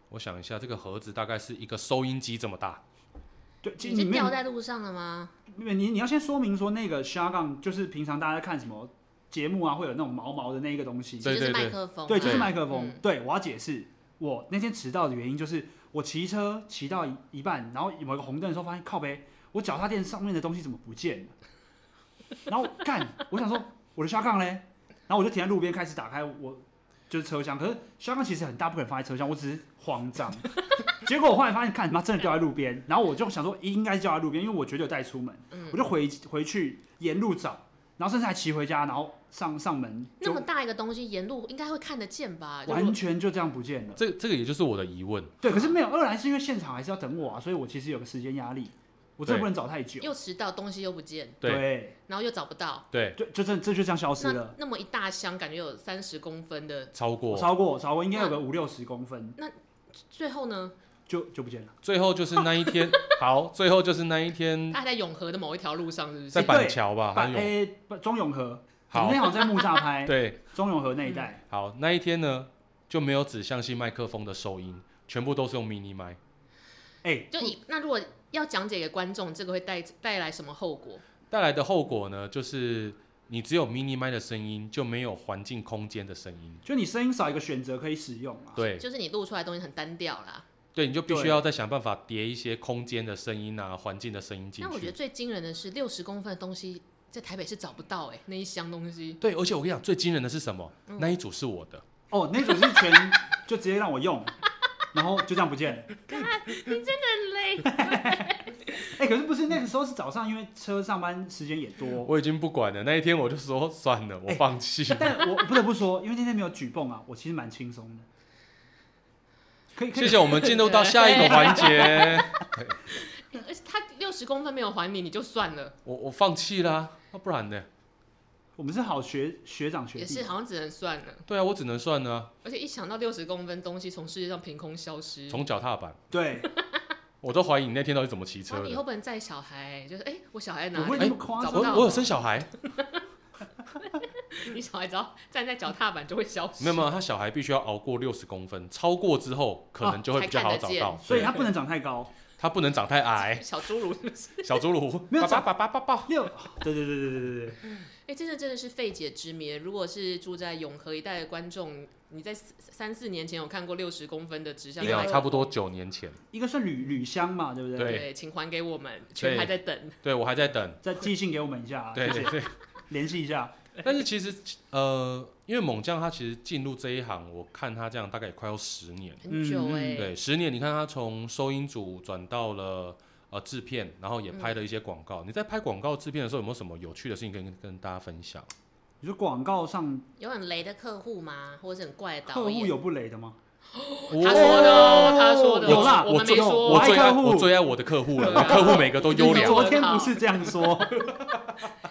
Speaker 1: 我想一下，这个盒子大概是一个收音机这么大。
Speaker 3: 对，其
Speaker 2: 你
Speaker 3: 实你
Speaker 2: 是
Speaker 3: 没有
Speaker 2: 掉在路上了吗？
Speaker 3: 没有你你要先说明说那个刷杠就是平常大家在看什么节目啊，会有那种毛毛的那一个东西，
Speaker 1: 对
Speaker 2: 就是
Speaker 1: 对对
Speaker 2: 麦克风嘛，
Speaker 3: 对，就是
Speaker 1: 对
Speaker 3: 麦克风。
Speaker 2: 嗯
Speaker 3: 对，我要解释，我那天迟到的原因就是我骑车骑到一一半，然后某一个红灯的时候，发现靠背，我脚踏垫上面的东西怎么不见了？ 然后干，我想说我的刷杠嘞，然后我就停在路边开始打开我就是车厢，可是刷杠其实很大，不可能放在车厢，我只是 慌张。结果我后来发现，看他妈真的掉在路边，然后我就想说应该是掉在路边，因为我绝对有带出门，
Speaker 2: 嗯
Speaker 3: 我就回回去沿路找，然后甚至还骑回家，然后上上门
Speaker 2: 那
Speaker 3: 就
Speaker 2: 么大一个东西，沿路应该会看得见吧？啊就如
Speaker 3: 完全就这样不见了。
Speaker 1: 这这个也就是我的疑问，
Speaker 3: 对，可是没有。二来是因为现场还是要等我啊，所以我其实有个时间压力，我真
Speaker 1: 对
Speaker 3: 的不能找太久。
Speaker 2: 又迟到，东西又不见，
Speaker 1: 对
Speaker 3: 对，
Speaker 2: 然后又找不到，
Speaker 1: 对，
Speaker 3: 就就这这就这样消失
Speaker 2: 那
Speaker 3: 了。
Speaker 2: 那么一大箱，感觉有三十公分的，
Speaker 1: 超
Speaker 3: 我
Speaker 1: 过
Speaker 3: 超过我超过，应该有个五六十公分，
Speaker 2: 最后呢，
Speaker 3: 就就不见了。
Speaker 1: 最后就是那一天，好，最后就是那一天
Speaker 2: 它还在永和的某一条路上，是不
Speaker 1: 在
Speaker 2: 是？
Speaker 1: 板桥吧，还
Speaker 3: 板哎
Speaker 1: 有
Speaker 3: 诶，不中永和，我们
Speaker 1: 好
Speaker 3: 那，天好像在木栅拍
Speaker 1: 对，
Speaker 3: 中永和那一带，
Speaker 1: 好，那一天呢就没有指向性麦克风的收音，全部都是用 mini 麦。
Speaker 3: 哎，
Speaker 2: 嗯就
Speaker 1: 嗯
Speaker 2: 以那如果要讲解给观众，这个会带带来什么后果？
Speaker 1: 带来的后果呢，就是你只有 mini 麦的声音，就没有环境空间的声音。
Speaker 3: 就你声音少一个选择可以使用啊。
Speaker 1: 对，
Speaker 2: 就是你录出来的东西很单调啦。
Speaker 1: 对，你就必须
Speaker 3: 对
Speaker 1: 要再想办法叠一些空间的声音啊、环境的声音进
Speaker 2: 但我觉得
Speaker 1: 去。
Speaker 2: 最惊人的是，六十公分的东西在台北是找不到哎、那一箱东西。
Speaker 1: 对，而且我跟你讲，最惊人的是什么？
Speaker 2: 嗯
Speaker 1: 那一组是我的，
Speaker 3: 哦，那组是全就直接让我用，然后就这样不见了。
Speaker 2: 很累。
Speaker 3: 哎、可是不是那个时候是早上，因为车上班时间也多。
Speaker 1: 我已经不管了。那一天我就说算了，我
Speaker 3: 哎
Speaker 1: 放弃。
Speaker 3: 但我不得不说，因为那天没有举泵啊，我其实蛮轻松的。可以，可以
Speaker 1: 谢谢，我们进入到下一个环节。
Speaker 2: 而且他六十公分没有还你，你就算了，
Speaker 1: 我我放弃啦，那不然呢？
Speaker 3: 我们是好学学长学
Speaker 2: 也
Speaker 3: 弟
Speaker 2: 是。好像只能算了。
Speaker 1: 对啊，我只能算呢，
Speaker 2: 而且一想到六十公分东西从世界上凭空消失，
Speaker 1: 从脚踏板，
Speaker 3: 对，
Speaker 1: 我都怀疑你那天到底怎么骑
Speaker 2: 然
Speaker 1: 车
Speaker 2: 后你以
Speaker 1: 的。
Speaker 2: 后不能带小孩，就是哎、我小孩在
Speaker 3: 我
Speaker 2: 哪
Speaker 3: 会
Speaker 2: 里？
Speaker 3: 那么夸
Speaker 2: 找
Speaker 3: 张
Speaker 1: 我
Speaker 2: 不到
Speaker 1: 我有生小孩，
Speaker 2: 你小孩只要站在脚踏板就会消失。
Speaker 1: 没有没有，他小孩必须要熬过六十公分，超过之后可能就会比较好找
Speaker 2: 哦才看
Speaker 1: 到
Speaker 2: 得，
Speaker 3: 所以
Speaker 1: 对
Speaker 3: 他不能长太高。
Speaker 1: 他不能长太 矮。
Speaker 2: 小侏儒是不是？
Speaker 1: 小侏儒，
Speaker 3: 没有
Speaker 1: 爸爸爸爸爸爸，
Speaker 3: 六，对对对对对对对，
Speaker 2: 哎、真的真的是费解之谜。如果是住在永和一带的观众，你在四三四年前有看过六十公分的直向
Speaker 1: 没有，
Speaker 2: 麦克
Speaker 1: 差不多九年前，
Speaker 3: 一个算铝铝箱嘛，对不对？
Speaker 1: 对
Speaker 2: 对，请还给我们，全还在等。
Speaker 1: 对我还在等。
Speaker 3: 再寄信给我们一下啊，
Speaker 1: 对对
Speaker 3: 谢谢，
Speaker 1: 对，
Speaker 3: 联系一下。
Speaker 1: 但是其实呃，因为猛将他其实进入这一行，我看他这样大概也快要十年。
Speaker 2: 很久
Speaker 3: 嗯嗯
Speaker 2: 哎、
Speaker 1: 对，十年，你看他从收音组转到了呃制片，然后也拍了一些广告。你在拍广告制片的时候，有没有什么有趣的事情跟跟大家分享？
Speaker 3: 你说广告上
Speaker 2: 有很雷的客户吗？或者是很怪的
Speaker 3: 客
Speaker 2: 导
Speaker 3: 户
Speaker 2: 演？
Speaker 3: 有不雷的吗？
Speaker 2: 他说的哦，他说的哦，
Speaker 3: 有啦
Speaker 2: 我们没
Speaker 3: 我
Speaker 2: 说。
Speaker 1: 我最爱
Speaker 3: 我爱客户
Speaker 1: 我最爱我的客户了，
Speaker 2: 对啊
Speaker 1: 我客户每个都优
Speaker 2: 对
Speaker 1: 良
Speaker 2: 啊。
Speaker 3: 昨天不是这样说，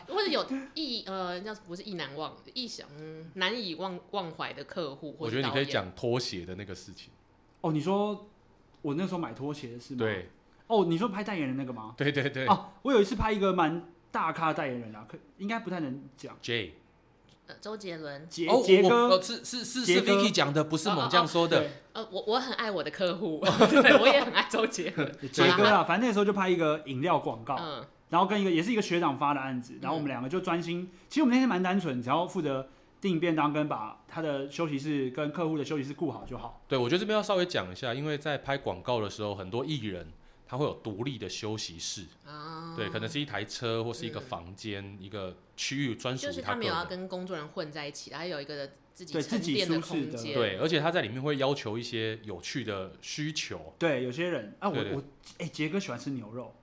Speaker 2: 或者有意呃，叫不是意难忘，意想嗯难以忘忘怀的客户，
Speaker 1: 我
Speaker 2: 或
Speaker 1: 觉
Speaker 2: 者
Speaker 1: 得你
Speaker 2: 导
Speaker 1: 可以
Speaker 2: 演。
Speaker 1: 讲拖鞋的那个事情。
Speaker 3: 哦，你说我那时候买拖鞋是吗？。
Speaker 1: 对
Speaker 3: 哦，你说拍代言人那个吗？
Speaker 1: 对对对
Speaker 3: 哦，我有一次拍一个蛮大咖的代言人啊，可应该不太能讲。
Speaker 1: ，J
Speaker 2: 呃周杰伦，
Speaker 3: 杰
Speaker 1: 哦，
Speaker 3: 杰
Speaker 1: 我
Speaker 3: 哥，
Speaker 1: 呃是是是
Speaker 3: 杰
Speaker 1: 是
Speaker 3: 哥
Speaker 1: Vicky 讲的，不是
Speaker 2: 哦哦
Speaker 1: 猛将说的。
Speaker 2: 呃，我我很爱我的客户， 对我也很爱周杰伦。
Speaker 3: 对杰哥啊，反正那时候就拍一个饮料广告，
Speaker 2: 嗯，
Speaker 3: 然后跟一个也是一个学长发的案子，然后我们两个就专心。其实我们那天蛮单纯，只要负责订便当跟把他的休息室跟客户的休息室顾好就好。
Speaker 1: 对，我觉得这边要稍微讲一下，因为在拍广告的时候，很多艺人他会有独立的休息室。
Speaker 2: 啊，
Speaker 1: 对，可能是一台车或是一个房间、一个区域专属
Speaker 2: 就
Speaker 1: 于
Speaker 2: 是
Speaker 1: 他
Speaker 2: 他
Speaker 1: 个
Speaker 2: 没有要
Speaker 1: 人。
Speaker 2: 跟工作人员混在一起，他有一个自己
Speaker 3: 对自
Speaker 2: 沉
Speaker 3: 己
Speaker 2: 淀的
Speaker 3: 舒适
Speaker 2: 空
Speaker 3: 的
Speaker 2: 间。
Speaker 1: 对，而且他在里面会要求一些有趣的需求。
Speaker 3: 对，有些人啊，我
Speaker 1: 对对
Speaker 3: 我哎，杰哥喜欢吃牛肉，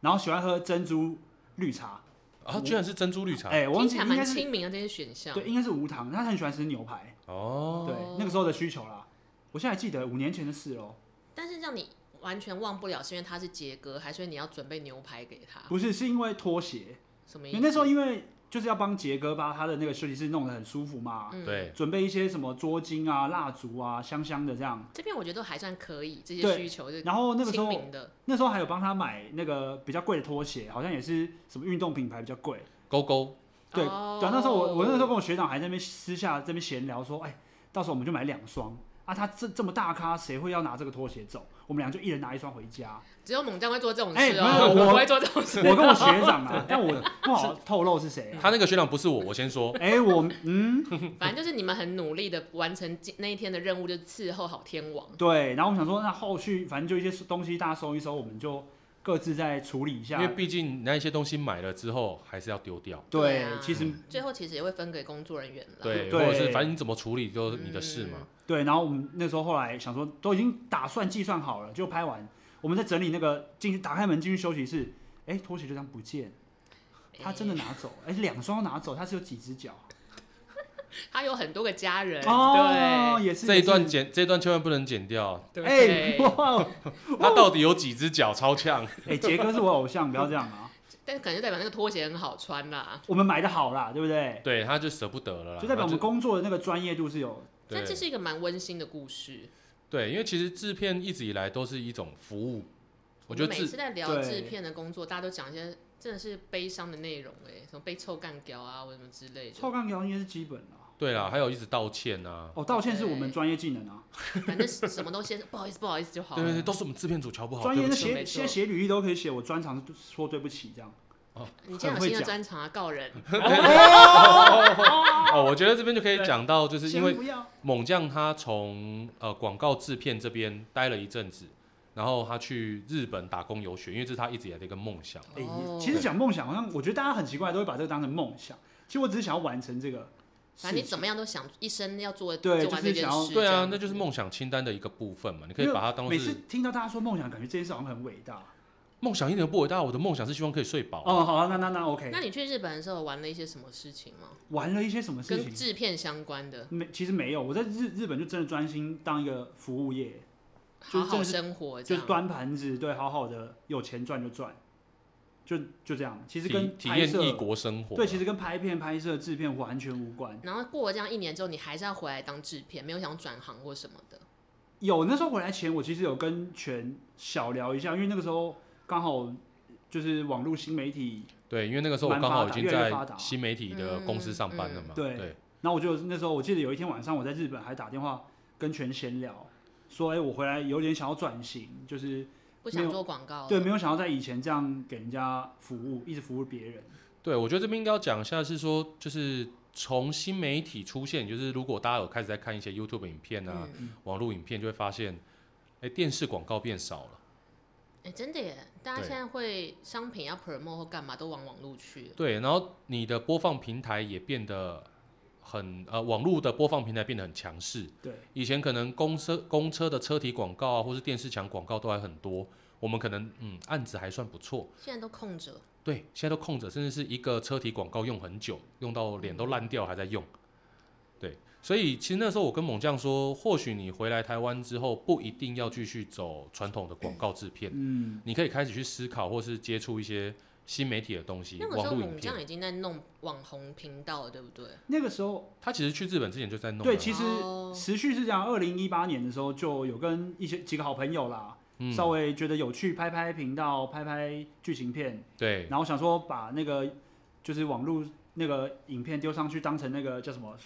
Speaker 3: 然后喜欢喝珍珠绿茶，
Speaker 1: 啊，居然是珍珠绿茶、
Speaker 3: 哎，我忘
Speaker 2: 听
Speaker 3: 记
Speaker 2: 起来
Speaker 3: 应该
Speaker 2: 蛮
Speaker 3: 是
Speaker 2: 亲民的这些选项。
Speaker 3: 对，应该是无糖，他很喜欢吃牛排，
Speaker 1: 哦，
Speaker 3: 对，那个时候的需求啦。我现在还记得五年前的事哦喽，
Speaker 2: 但是让你完全忘不了，是因为他是杰哥，还是因为你要准备牛排给他？
Speaker 3: 不是，是因为拖鞋，
Speaker 2: 什么意
Speaker 3: 因为
Speaker 2: 思？
Speaker 3: 那时候因为就是要帮杰哥把他的那个休息室弄得很舒服嘛，
Speaker 2: 嗯
Speaker 1: 对，
Speaker 3: 准备一些什么桌巾啊、蜡烛啊，香香的这样。
Speaker 2: 这边我觉得都还算可以，这些
Speaker 3: 对
Speaker 2: 需求是
Speaker 3: 然后那个时
Speaker 2: 亲
Speaker 3: 候，
Speaker 2: 民的。
Speaker 3: 那时候还有帮他买那个比较贵的拖鞋，好像也是什么运动品牌比较贵。
Speaker 1: 勾勾，
Speaker 3: 对，
Speaker 2: 哦
Speaker 3: 对啊，那时候我我那时候跟我学长还在那边私下这边闲聊说，哎，到时候我们就买两双啊。他这这么大咖，谁会要拿这个拖鞋走？我们俩就一人拿一双回家。
Speaker 2: 只有猛将会做这种
Speaker 3: 哎
Speaker 2: 事
Speaker 3: 没 有
Speaker 2: 哦，
Speaker 3: 我
Speaker 2: 不会做这种事。
Speaker 3: 我跟我学长啊，但我不好透露是谁。啊
Speaker 1: 他那个学长不是我，我先 说。
Speaker 3: 哎，我嗯，
Speaker 2: 反正就是你们很努力的完成今那一天的任务，就是伺候好天王。
Speaker 3: 对。然后我们想说，那后续反正就一些东西大家收一收，我们就各自再处理一
Speaker 1: 因
Speaker 3: 下
Speaker 1: 为。毕竟那一些东西买了之后还是要丢掉，
Speaker 2: 对
Speaker 3: 对
Speaker 2: 啊，
Speaker 3: 其实
Speaker 2: 最后其实也会分给工作人员了。
Speaker 1: 对，
Speaker 3: 对
Speaker 1: 或者是反正你怎么处理就是你的事
Speaker 2: 嗯
Speaker 1: 嘛。
Speaker 3: 对，然后我们那时候后来想说，都已经打算计算好了，就拍完，我们在整理那个进去打开门进去休息室，哎，拖鞋就这样不见，他真的
Speaker 2: 哎
Speaker 3: 拿走，哎，两双拿走，他是有几只脚？啊
Speaker 2: 哎他有很多个家人，
Speaker 3: 哦，也是
Speaker 1: 这一段，
Speaker 3: 也是
Speaker 1: 剪，这一段千万不能剪掉。
Speaker 2: 对，
Speaker 3: 哎
Speaker 2: 对，
Speaker 3: 哇，
Speaker 1: 他到底有几只脚？超呛。
Speaker 3: 哎，杰哥是我偶像，不要这样啊，
Speaker 2: 但可能就代表那个拖鞋很好穿啦。
Speaker 3: 我们买的好啦，对不对？
Speaker 1: 对，他就舍不得了啦。
Speaker 3: 就代表我们
Speaker 1: 他
Speaker 3: 工作的那个专业度是有，
Speaker 2: 但
Speaker 1: 对
Speaker 2: 这是一个蛮温馨的故事。
Speaker 1: 对，因为其实制片一直以来都是一种服务，我觉
Speaker 2: 们
Speaker 1: 得
Speaker 2: 每
Speaker 1: 制
Speaker 2: 次在聊
Speaker 3: 对
Speaker 2: 制片的工作，大家都讲一些真的是悲伤的内容、哎，什么被臭干掉啊，或者什么之类
Speaker 3: 臭
Speaker 2: 的。
Speaker 3: 杠条应该是基本啦。
Speaker 1: 对啦，还有一直道歉啊，
Speaker 3: 哦，道歉是我们专业技能啊，
Speaker 2: 反正是什么都先不好意思，不好意思就好
Speaker 1: 对对
Speaker 2: 了。
Speaker 1: 对，都是我们制片组瞧不好，
Speaker 3: 专
Speaker 1: 对
Speaker 3: 业
Speaker 1: 不
Speaker 3: 的
Speaker 1: 起。
Speaker 3: 写
Speaker 2: 没错
Speaker 3: 写写履历都可以写，我专长是说对不起这样。
Speaker 2: 你今天有
Speaker 3: 很会
Speaker 2: 新的
Speaker 3: 讲嗯
Speaker 2: 专场啊，告人。
Speaker 1: 哦，我觉得这边就可以讲到，就是因
Speaker 3: 先
Speaker 1: 为
Speaker 3: 不要
Speaker 1: 猛将他从呃广告制片这边待了一阵子，然后他去日本打工游学，因为这是他一直以来的一个梦想。
Speaker 3: 哎、
Speaker 2: 哦
Speaker 3: 其实讲梦想，好像我觉得大家很奇怪，都会把这个当成梦想。其实我只是想要完成这个
Speaker 2: 反正你怎么样都想一生要做
Speaker 3: 对
Speaker 2: 做完这
Speaker 3: 就是
Speaker 2: 件
Speaker 3: 想要
Speaker 2: 事。
Speaker 1: 对
Speaker 2: 这
Speaker 1: 啊，
Speaker 2: 样
Speaker 1: 那就是
Speaker 2: 子
Speaker 1: 梦想清单的一个部分嘛，你可以
Speaker 3: 因为
Speaker 1: 把它当
Speaker 3: 每
Speaker 1: 做
Speaker 3: 次
Speaker 1: 是
Speaker 3: 听到大家说梦想，感觉这件事好像很伟大。
Speaker 1: 梦想一点都不伟大。我的梦想是希望可以睡饱。
Speaker 3: 哦，好、啊，那那那 OK。
Speaker 2: 那你去日本的时候玩了一些什么事情吗？
Speaker 3: 玩了一些什么事
Speaker 2: 跟
Speaker 3: 情？
Speaker 2: 制片相关的，
Speaker 3: 没，其实没有。我在日日本就真的专心当一个服务业，就
Speaker 2: 好
Speaker 3: 是真
Speaker 2: 好
Speaker 3: 的是
Speaker 2: 生活呃这
Speaker 3: 就
Speaker 2: 样，
Speaker 3: 是端盘子，对，好好的有钱赚就赚，就就这样。其实
Speaker 1: 体
Speaker 3: 跟
Speaker 1: 体
Speaker 3: 拍
Speaker 1: 验
Speaker 3: 摄
Speaker 1: 异国生活，啊
Speaker 3: 对，其实跟拍片、拍摄、制片完全无关。
Speaker 2: 然后过了这样一年之后，你还是要回来当制片，没有想转行或什么的。
Speaker 3: 有那时候回来前，我其实有跟全小聊一下，因为那个时候刚好就是网络新媒体，
Speaker 1: 对，因为那个时候我
Speaker 3: 蛮
Speaker 1: 刚好
Speaker 3: 发
Speaker 1: 已
Speaker 3: 达
Speaker 1: 经
Speaker 3: 越来越
Speaker 1: 在
Speaker 3: 发达
Speaker 1: 新媒体的公司上班了嘛
Speaker 2: 嗯，
Speaker 3: 嗯嗯
Speaker 1: 对，
Speaker 3: 然后我就那时候我记得有一天晚上我在日本还打电话跟全闲聊，说哎、我回来有点想要转型，就是
Speaker 2: 不
Speaker 3: 没
Speaker 2: 想
Speaker 3: 有
Speaker 2: 做广告了，
Speaker 3: 对没有想要在以前这样给人家服务，一直服务别人。
Speaker 1: 对，我觉得这边应该要讲一下，是说就是从新媒体出现，就是如果大家有开始在看一些 YouTube 影片啊、
Speaker 2: 嗯
Speaker 1: 网络影片，就会发现，哎，电视广告变少了。
Speaker 2: 哎、真的耶！大家
Speaker 1: 对
Speaker 2: 现在会商品要 promote 或干嘛都往网络去了，
Speaker 1: 对，然后你的播放平台也变得很呃，网络的播放平台变得很强势。
Speaker 3: 对，
Speaker 1: 以前可能公车公车的车体广告啊，或是电视墙广告都还很多，我们可能嗯案子还算不错。
Speaker 2: 现在都空着。
Speaker 1: 对，现在都空着，甚至是一个车体广告用很久，用到脸都烂掉还在用。对，所以其实那时候我跟猛将说，或许你回来台湾之后，不一定要继续走传统的广告制片，
Speaker 3: 嗯，
Speaker 1: 你可以开始去思考，或是接触一些新媒体的东西，
Speaker 2: 那个时
Speaker 1: 网
Speaker 2: 候
Speaker 1: 络影
Speaker 2: 猛
Speaker 1: 片
Speaker 2: 将。已经在弄网红频道了，对不对？
Speaker 3: 那个时候
Speaker 1: 他其实去日本之前就在弄了，
Speaker 3: 对，其实
Speaker 2: 哦
Speaker 3: 持续是这样。二零一八年的时候，就有跟一些几个好朋友啦，
Speaker 1: 嗯，
Speaker 3: 稍微觉得有趣，拍拍频道，拍拍剧情片，
Speaker 1: 对
Speaker 3: 然后想说把那个就是网络那个影片丢上去，当成那个叫什么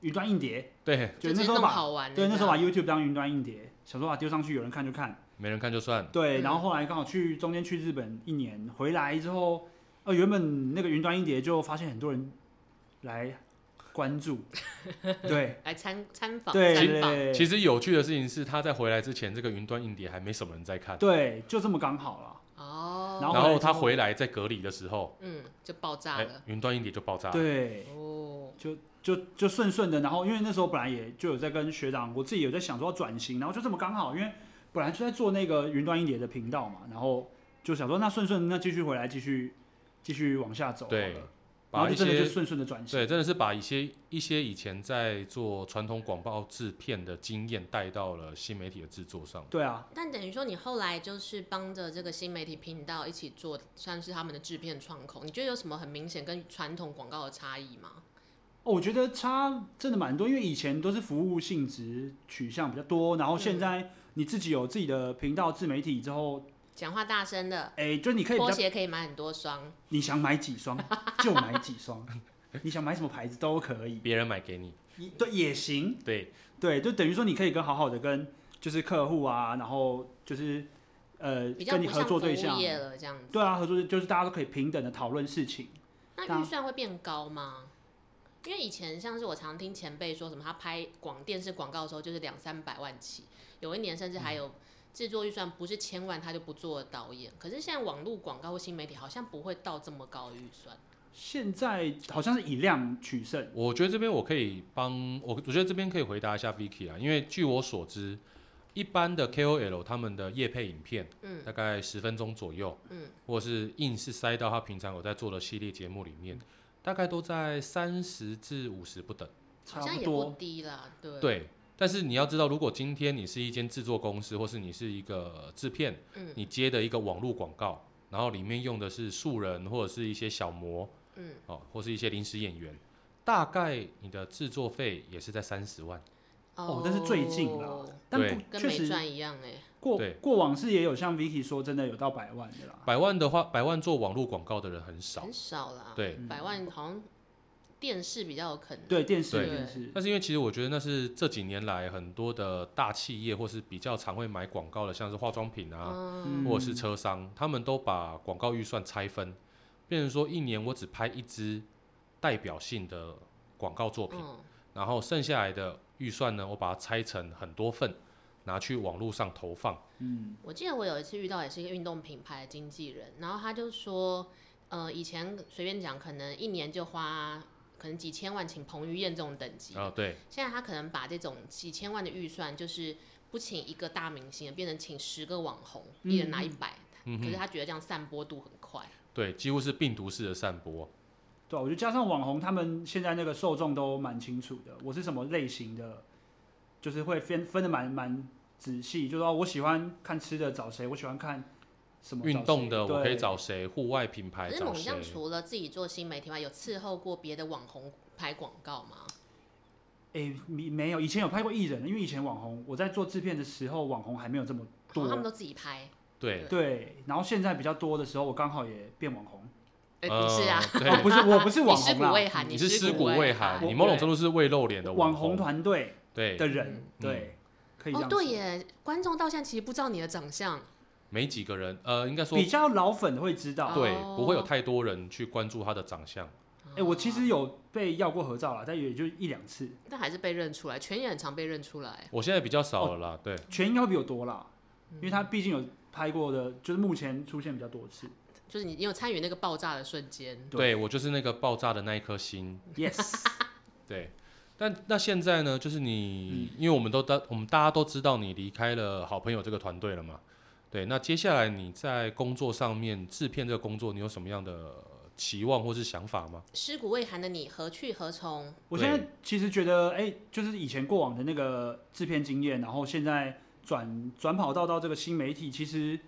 Speaker 3: 云端硬碟，
Speaker 1: 对，
Speaker 3: 就
Speaker 2: 直
Speaker 3: 那
Speaker 2: 接
Speaker 3: 时候
Speaker 2: 弄
Speaker 3: 把
Speaker 2: 好玩了这
Speaker 3: 对
Speaker 2: 样。
Speaker 3: 那时候把 YouTube 当云端硬碟，想说把啊丢上去有人看就看，
Speaker 1: 没人看就算，
Speaker 3: 对，
Speaker 2: 嗯
Speaker 3: 然后后来刚好去中间去日本一年，回来之后，呃，原本那个云端硬碟就发现很多人来关 注，对。
Speaker 2: 来参参访
Speaker 3: 对
Speaker 2: 参
Speaker 3: 对
Speaker 2: 访，
Speaker 3: 对，
Speaker 1: 其实有趣的事情是，他在回来之前，这个云端硬碟还没什么人在看，
Speaker 3: 对，就这么刚好了。
Speaker 2: 哦，
Speaker 3: 然后
Speaker 1: 然
Speaker 3: 后来
Speaker 1: 后
Speaker 3: 之
Speaker 1: 他
Speaker 3: 后
Speaker 1: 回来在隔离的时候，
Speaker 2: 嗯就爆炸
Speaker 1: 哎
Speaker 2: 了，
Speaker 1: 云端硬碟就爆炸了。
Speaker 3: 对，
Speaker 2: 哦，
Speaker 3: 就就顺顺的，然后因为那时候本来也就有在跟学长，我自己有在想说要转型，然后就这么刚好，因为本来就在做那个云端硬碟的频道嘛，然后就想说那顺顺那继续回来继续继续往下走好了，
Speaker 1: 对
Speaker 3: 然
Speaker 1: 把
Speaker 3: 后就
Speaker 1: 一
Speaker 3: 真的就
Speaker 1: 些
Speaker 3: 顺顺的转型，
Speaker 1: 对，真的是把一些一些以前在做传统广告制片的经验带到了新媒体的制作上。
Speaker 3: 对啊，
Speaker 2: 但等于说你后来就是帮着这个新媒体频道一起做，算是他们的制片窗口，你觉得有什么很明显跟传统广告的差异吗？
Speaker 3: 哦，我觉得差真的蛮多，因为以前都是服务性质取向比较多，然后现在你自己有自己的频道自媒体之后，
Speaker 2: 讲话大声的，
Speaker 3: 哎、就你可以比
Speaker 2: 拖
Speaker 3: 较
Speaker 2: 鞋可以买很多双，
Speaker 3: 你想买几双就买几双， 你想买什么牌子都可以，
Speaker 1: 别人买给你，
Speaker 3: 也对也行，
Speaker 1: 对，
Speaker 3: 对，就等于说你可以跟好好的跟就是客户啊，然后就是呃
Speaker 2: 比较
Speaker 3: 跟
Speaker 2: 不
Speaker 3: 你合
Speaker 2: 像服
Speaker 3: 作
Speaker 2: 务
Speaker 3: 对象，
Speaker 2: 业了这样子。
Speaker 3: 对啊，合作就是大家都可以平等的讨论事情，
Speaker 2: 那
Speaker 3: 大
Speaker 2: 预算会变高吗？因为以前像是我常听前辈说什么，他拍广电视广告的时候就是两三百万起，有一年甚至还
Speaker 3: 嗯
Speaker 2: 有制作预算不是千万他就不做导演。可是现在网络广告或新媒体好像不会到这么高的预算，
Speaker 3: 现在好像是以量取胜，
Speaker 1: 我觉得这边我可以帮我，我觉得这边可以回答一下 Vicky 啊，因为据我所知，一般的 KOL 他们的业配影片，
Speaker 2: 嗯，
Speaker 1: 大概十分钟左右，
Speaker 2: 嗯，
Speaker 1: 或是硬是塞到他平常有在做的系列节目里面，大概都在三十至五十不等。
Speaker 3: 差
Speaker 2: 好像也不
Speaker 3: 多。
Speaker 2: 低啦，对，
Speaker 1: 对，但是你要知道，如果今天你是一间制作公司，或是你是一个制片，
Speaker 2: 嗯
Speaker 1: 你接的一个网络广告，然后里面用的是素人或者是一些小模
Speaker 2: 嗯，
Speaker 1: 哦，或是一些临时演员，大概你的制作费也是在三十万。
Speaker 3: 哦，但是最近啦
Speaker 2: 哦，
Speaker 3: 但
Speaker 1: 对
Speaker 3: 不
Speaker 2: 跟
Speaker 3: 确
Speaker 2: 没
Speaker 3: 实
Speaker 2: 赚一样哎、
Speaker 3: 过
Speaker 1: 对
Speaker 3: 过往是也有像 Vicky 说，真的有到百万的啦。
Speaker 1: 百万的话，百万做网络广告的人很少
Speaker 2: 很，少啦，
Speaker 1: 对
Speaker 3: 嗯
Speaker 2: 百万好像电视比较有可能，
Speaker 3: 对电视
Speaker 1: 对
Speaker 3: 电视，
Speaker 1: 但是因为其实我觉得那是这几年来很多的大企业或是比较常会买广告的，像是化妆品啊，
Speaker 2: 嗯，
Speaker 1: 或者是车商，他们都把广告预算拆分，变成说一年我只拍一支代表性的广告作品，
Speaker 2: 嗯，
Speaker 1: 然后剩下来的预算呢，我把它拆成很多份，拿去网络上投放。
Speaker 3: 嗯，
Speaker 2: 我记得我有一次遇到也是一个运动品牌的经纪人，然后他就说，呃，以前随便讲，可能一年就花可能几千万请彭于晏这种等级的
Speaker 1: 哦，对，
Speaker 2: 现在他可能把这种几千万的预算，就是不请一个大明星，变成请十个网红，
Speaker 3: 嗯
Speaker 2: 一人拿一百、
Speaker 1: 嗯
Speaker 2: 可是
Speaker 1: 哼，
Speaker 2: 他觉得这样散播度很快，
Speaker 1: 对，几乎是病毒式的散播。
Speaker 3: 对啊，我觉得加上网红，他们现在那个受众都蛮清楚的，我是什么类型的，就是会分分的蛮蛮仔细，就说我喜欢看吃的找谁，我喜欢看什么
Speaker 1: 运动的
Speaker 3: 找谁
Speaker 1: 我可以
Speaker 3: 对
Speaker 1: 找谁？户外品牌
Speaker 2: 可是
Speaker 1: 找
Speaker 2: 猛
Speaker 1: 谁
Speaker 2: 将？除了自己做新媒体外，有伺候过别的网红拍广告吗？
Speaker 3: 诶，没没有，以前有拍过艺人，因为以前网红，我在做制片的时候，网红还没有这么
Speaker 1: 啊
Speaker 2: 好哦像他们
Speaker 3: 多。
Speaker 2: 都自己拍，
Speaker 1: 对，
Speaker 3: 对，然后现在比较多的时候，我刚好也变网红。
Speaker 2: 呃，你是啊，
Speaker 1: 呃，
Speaker 3: 哦，
Speaker 1: 对，嗯
Speaker 3: 不是，我不 是
Speaker 2: 你
Speaker 3: 网
Speaker 2: 尸
Speaker 3: 红
Speaker 2: 骨啊未
Speaker 3: 啦，
Speaker 2: 寒，
Speaker 1: 你
Speaker 2: 是
Speaker 1: 是尸骨未
Speaker 2: 未
Speaker 1: 寒，
Speaker 3: 我
Speaker 1: 你某种程度是未露脸的
Speaker 3: 网红
Speaker 1: 红。
Speaker 3: 团队
Speaker 1: 对，
Speaker 3: 的人
Speaker 2: 嗯，
Speaker 3: 对，可以这
Speaker 2: 哦，
Speaker 3: 样
Speaker 2: 对
Speaker 3: 说。
Speaker 2: 耶，观众到现在其实不知道你的长相，
Speaker 1: 没几个人，呃，应该说
Speaker 3: 比较老粉会知道。
Speaker 1: 对，
Speaker 2: 哦
Speaker 1: 不会有太多人去关注他的长相。
Speaker 3: 哎，我其实有被要过合照啦，但也就一两次，
Speaker 2: 但还是被认出来，全也很常被认出来。
Speaker 1: 我现在比较少了啦，对，
Speaker 3: 全应该会比我多啦，因为他毕竟有拍过的，就是目前出现比较多次。
Speaker 2: 就是你，你有参与那个爆炸的瞬间，
Speaker 1: 对我就是那个爆炸的那一颗心，
Speaker 3: Yes，
Speaker 1: 对。但那现在呢，就是
Speaker 3: 嗯
Speaker 1: 你，因为我们都大，我们大家都知道你离开了好朋友这个团队了嘛，对。那接下来你在工作上面，制片这个工作，你有什么样的期望或是想法吗？。
Speaker 2: 尸骨未寒的你何去何从？
Speaker 3: 我现在其实觉得，哎，就是以前过往的那个制片经验，然后现在转转跑道到这个新媒体，其实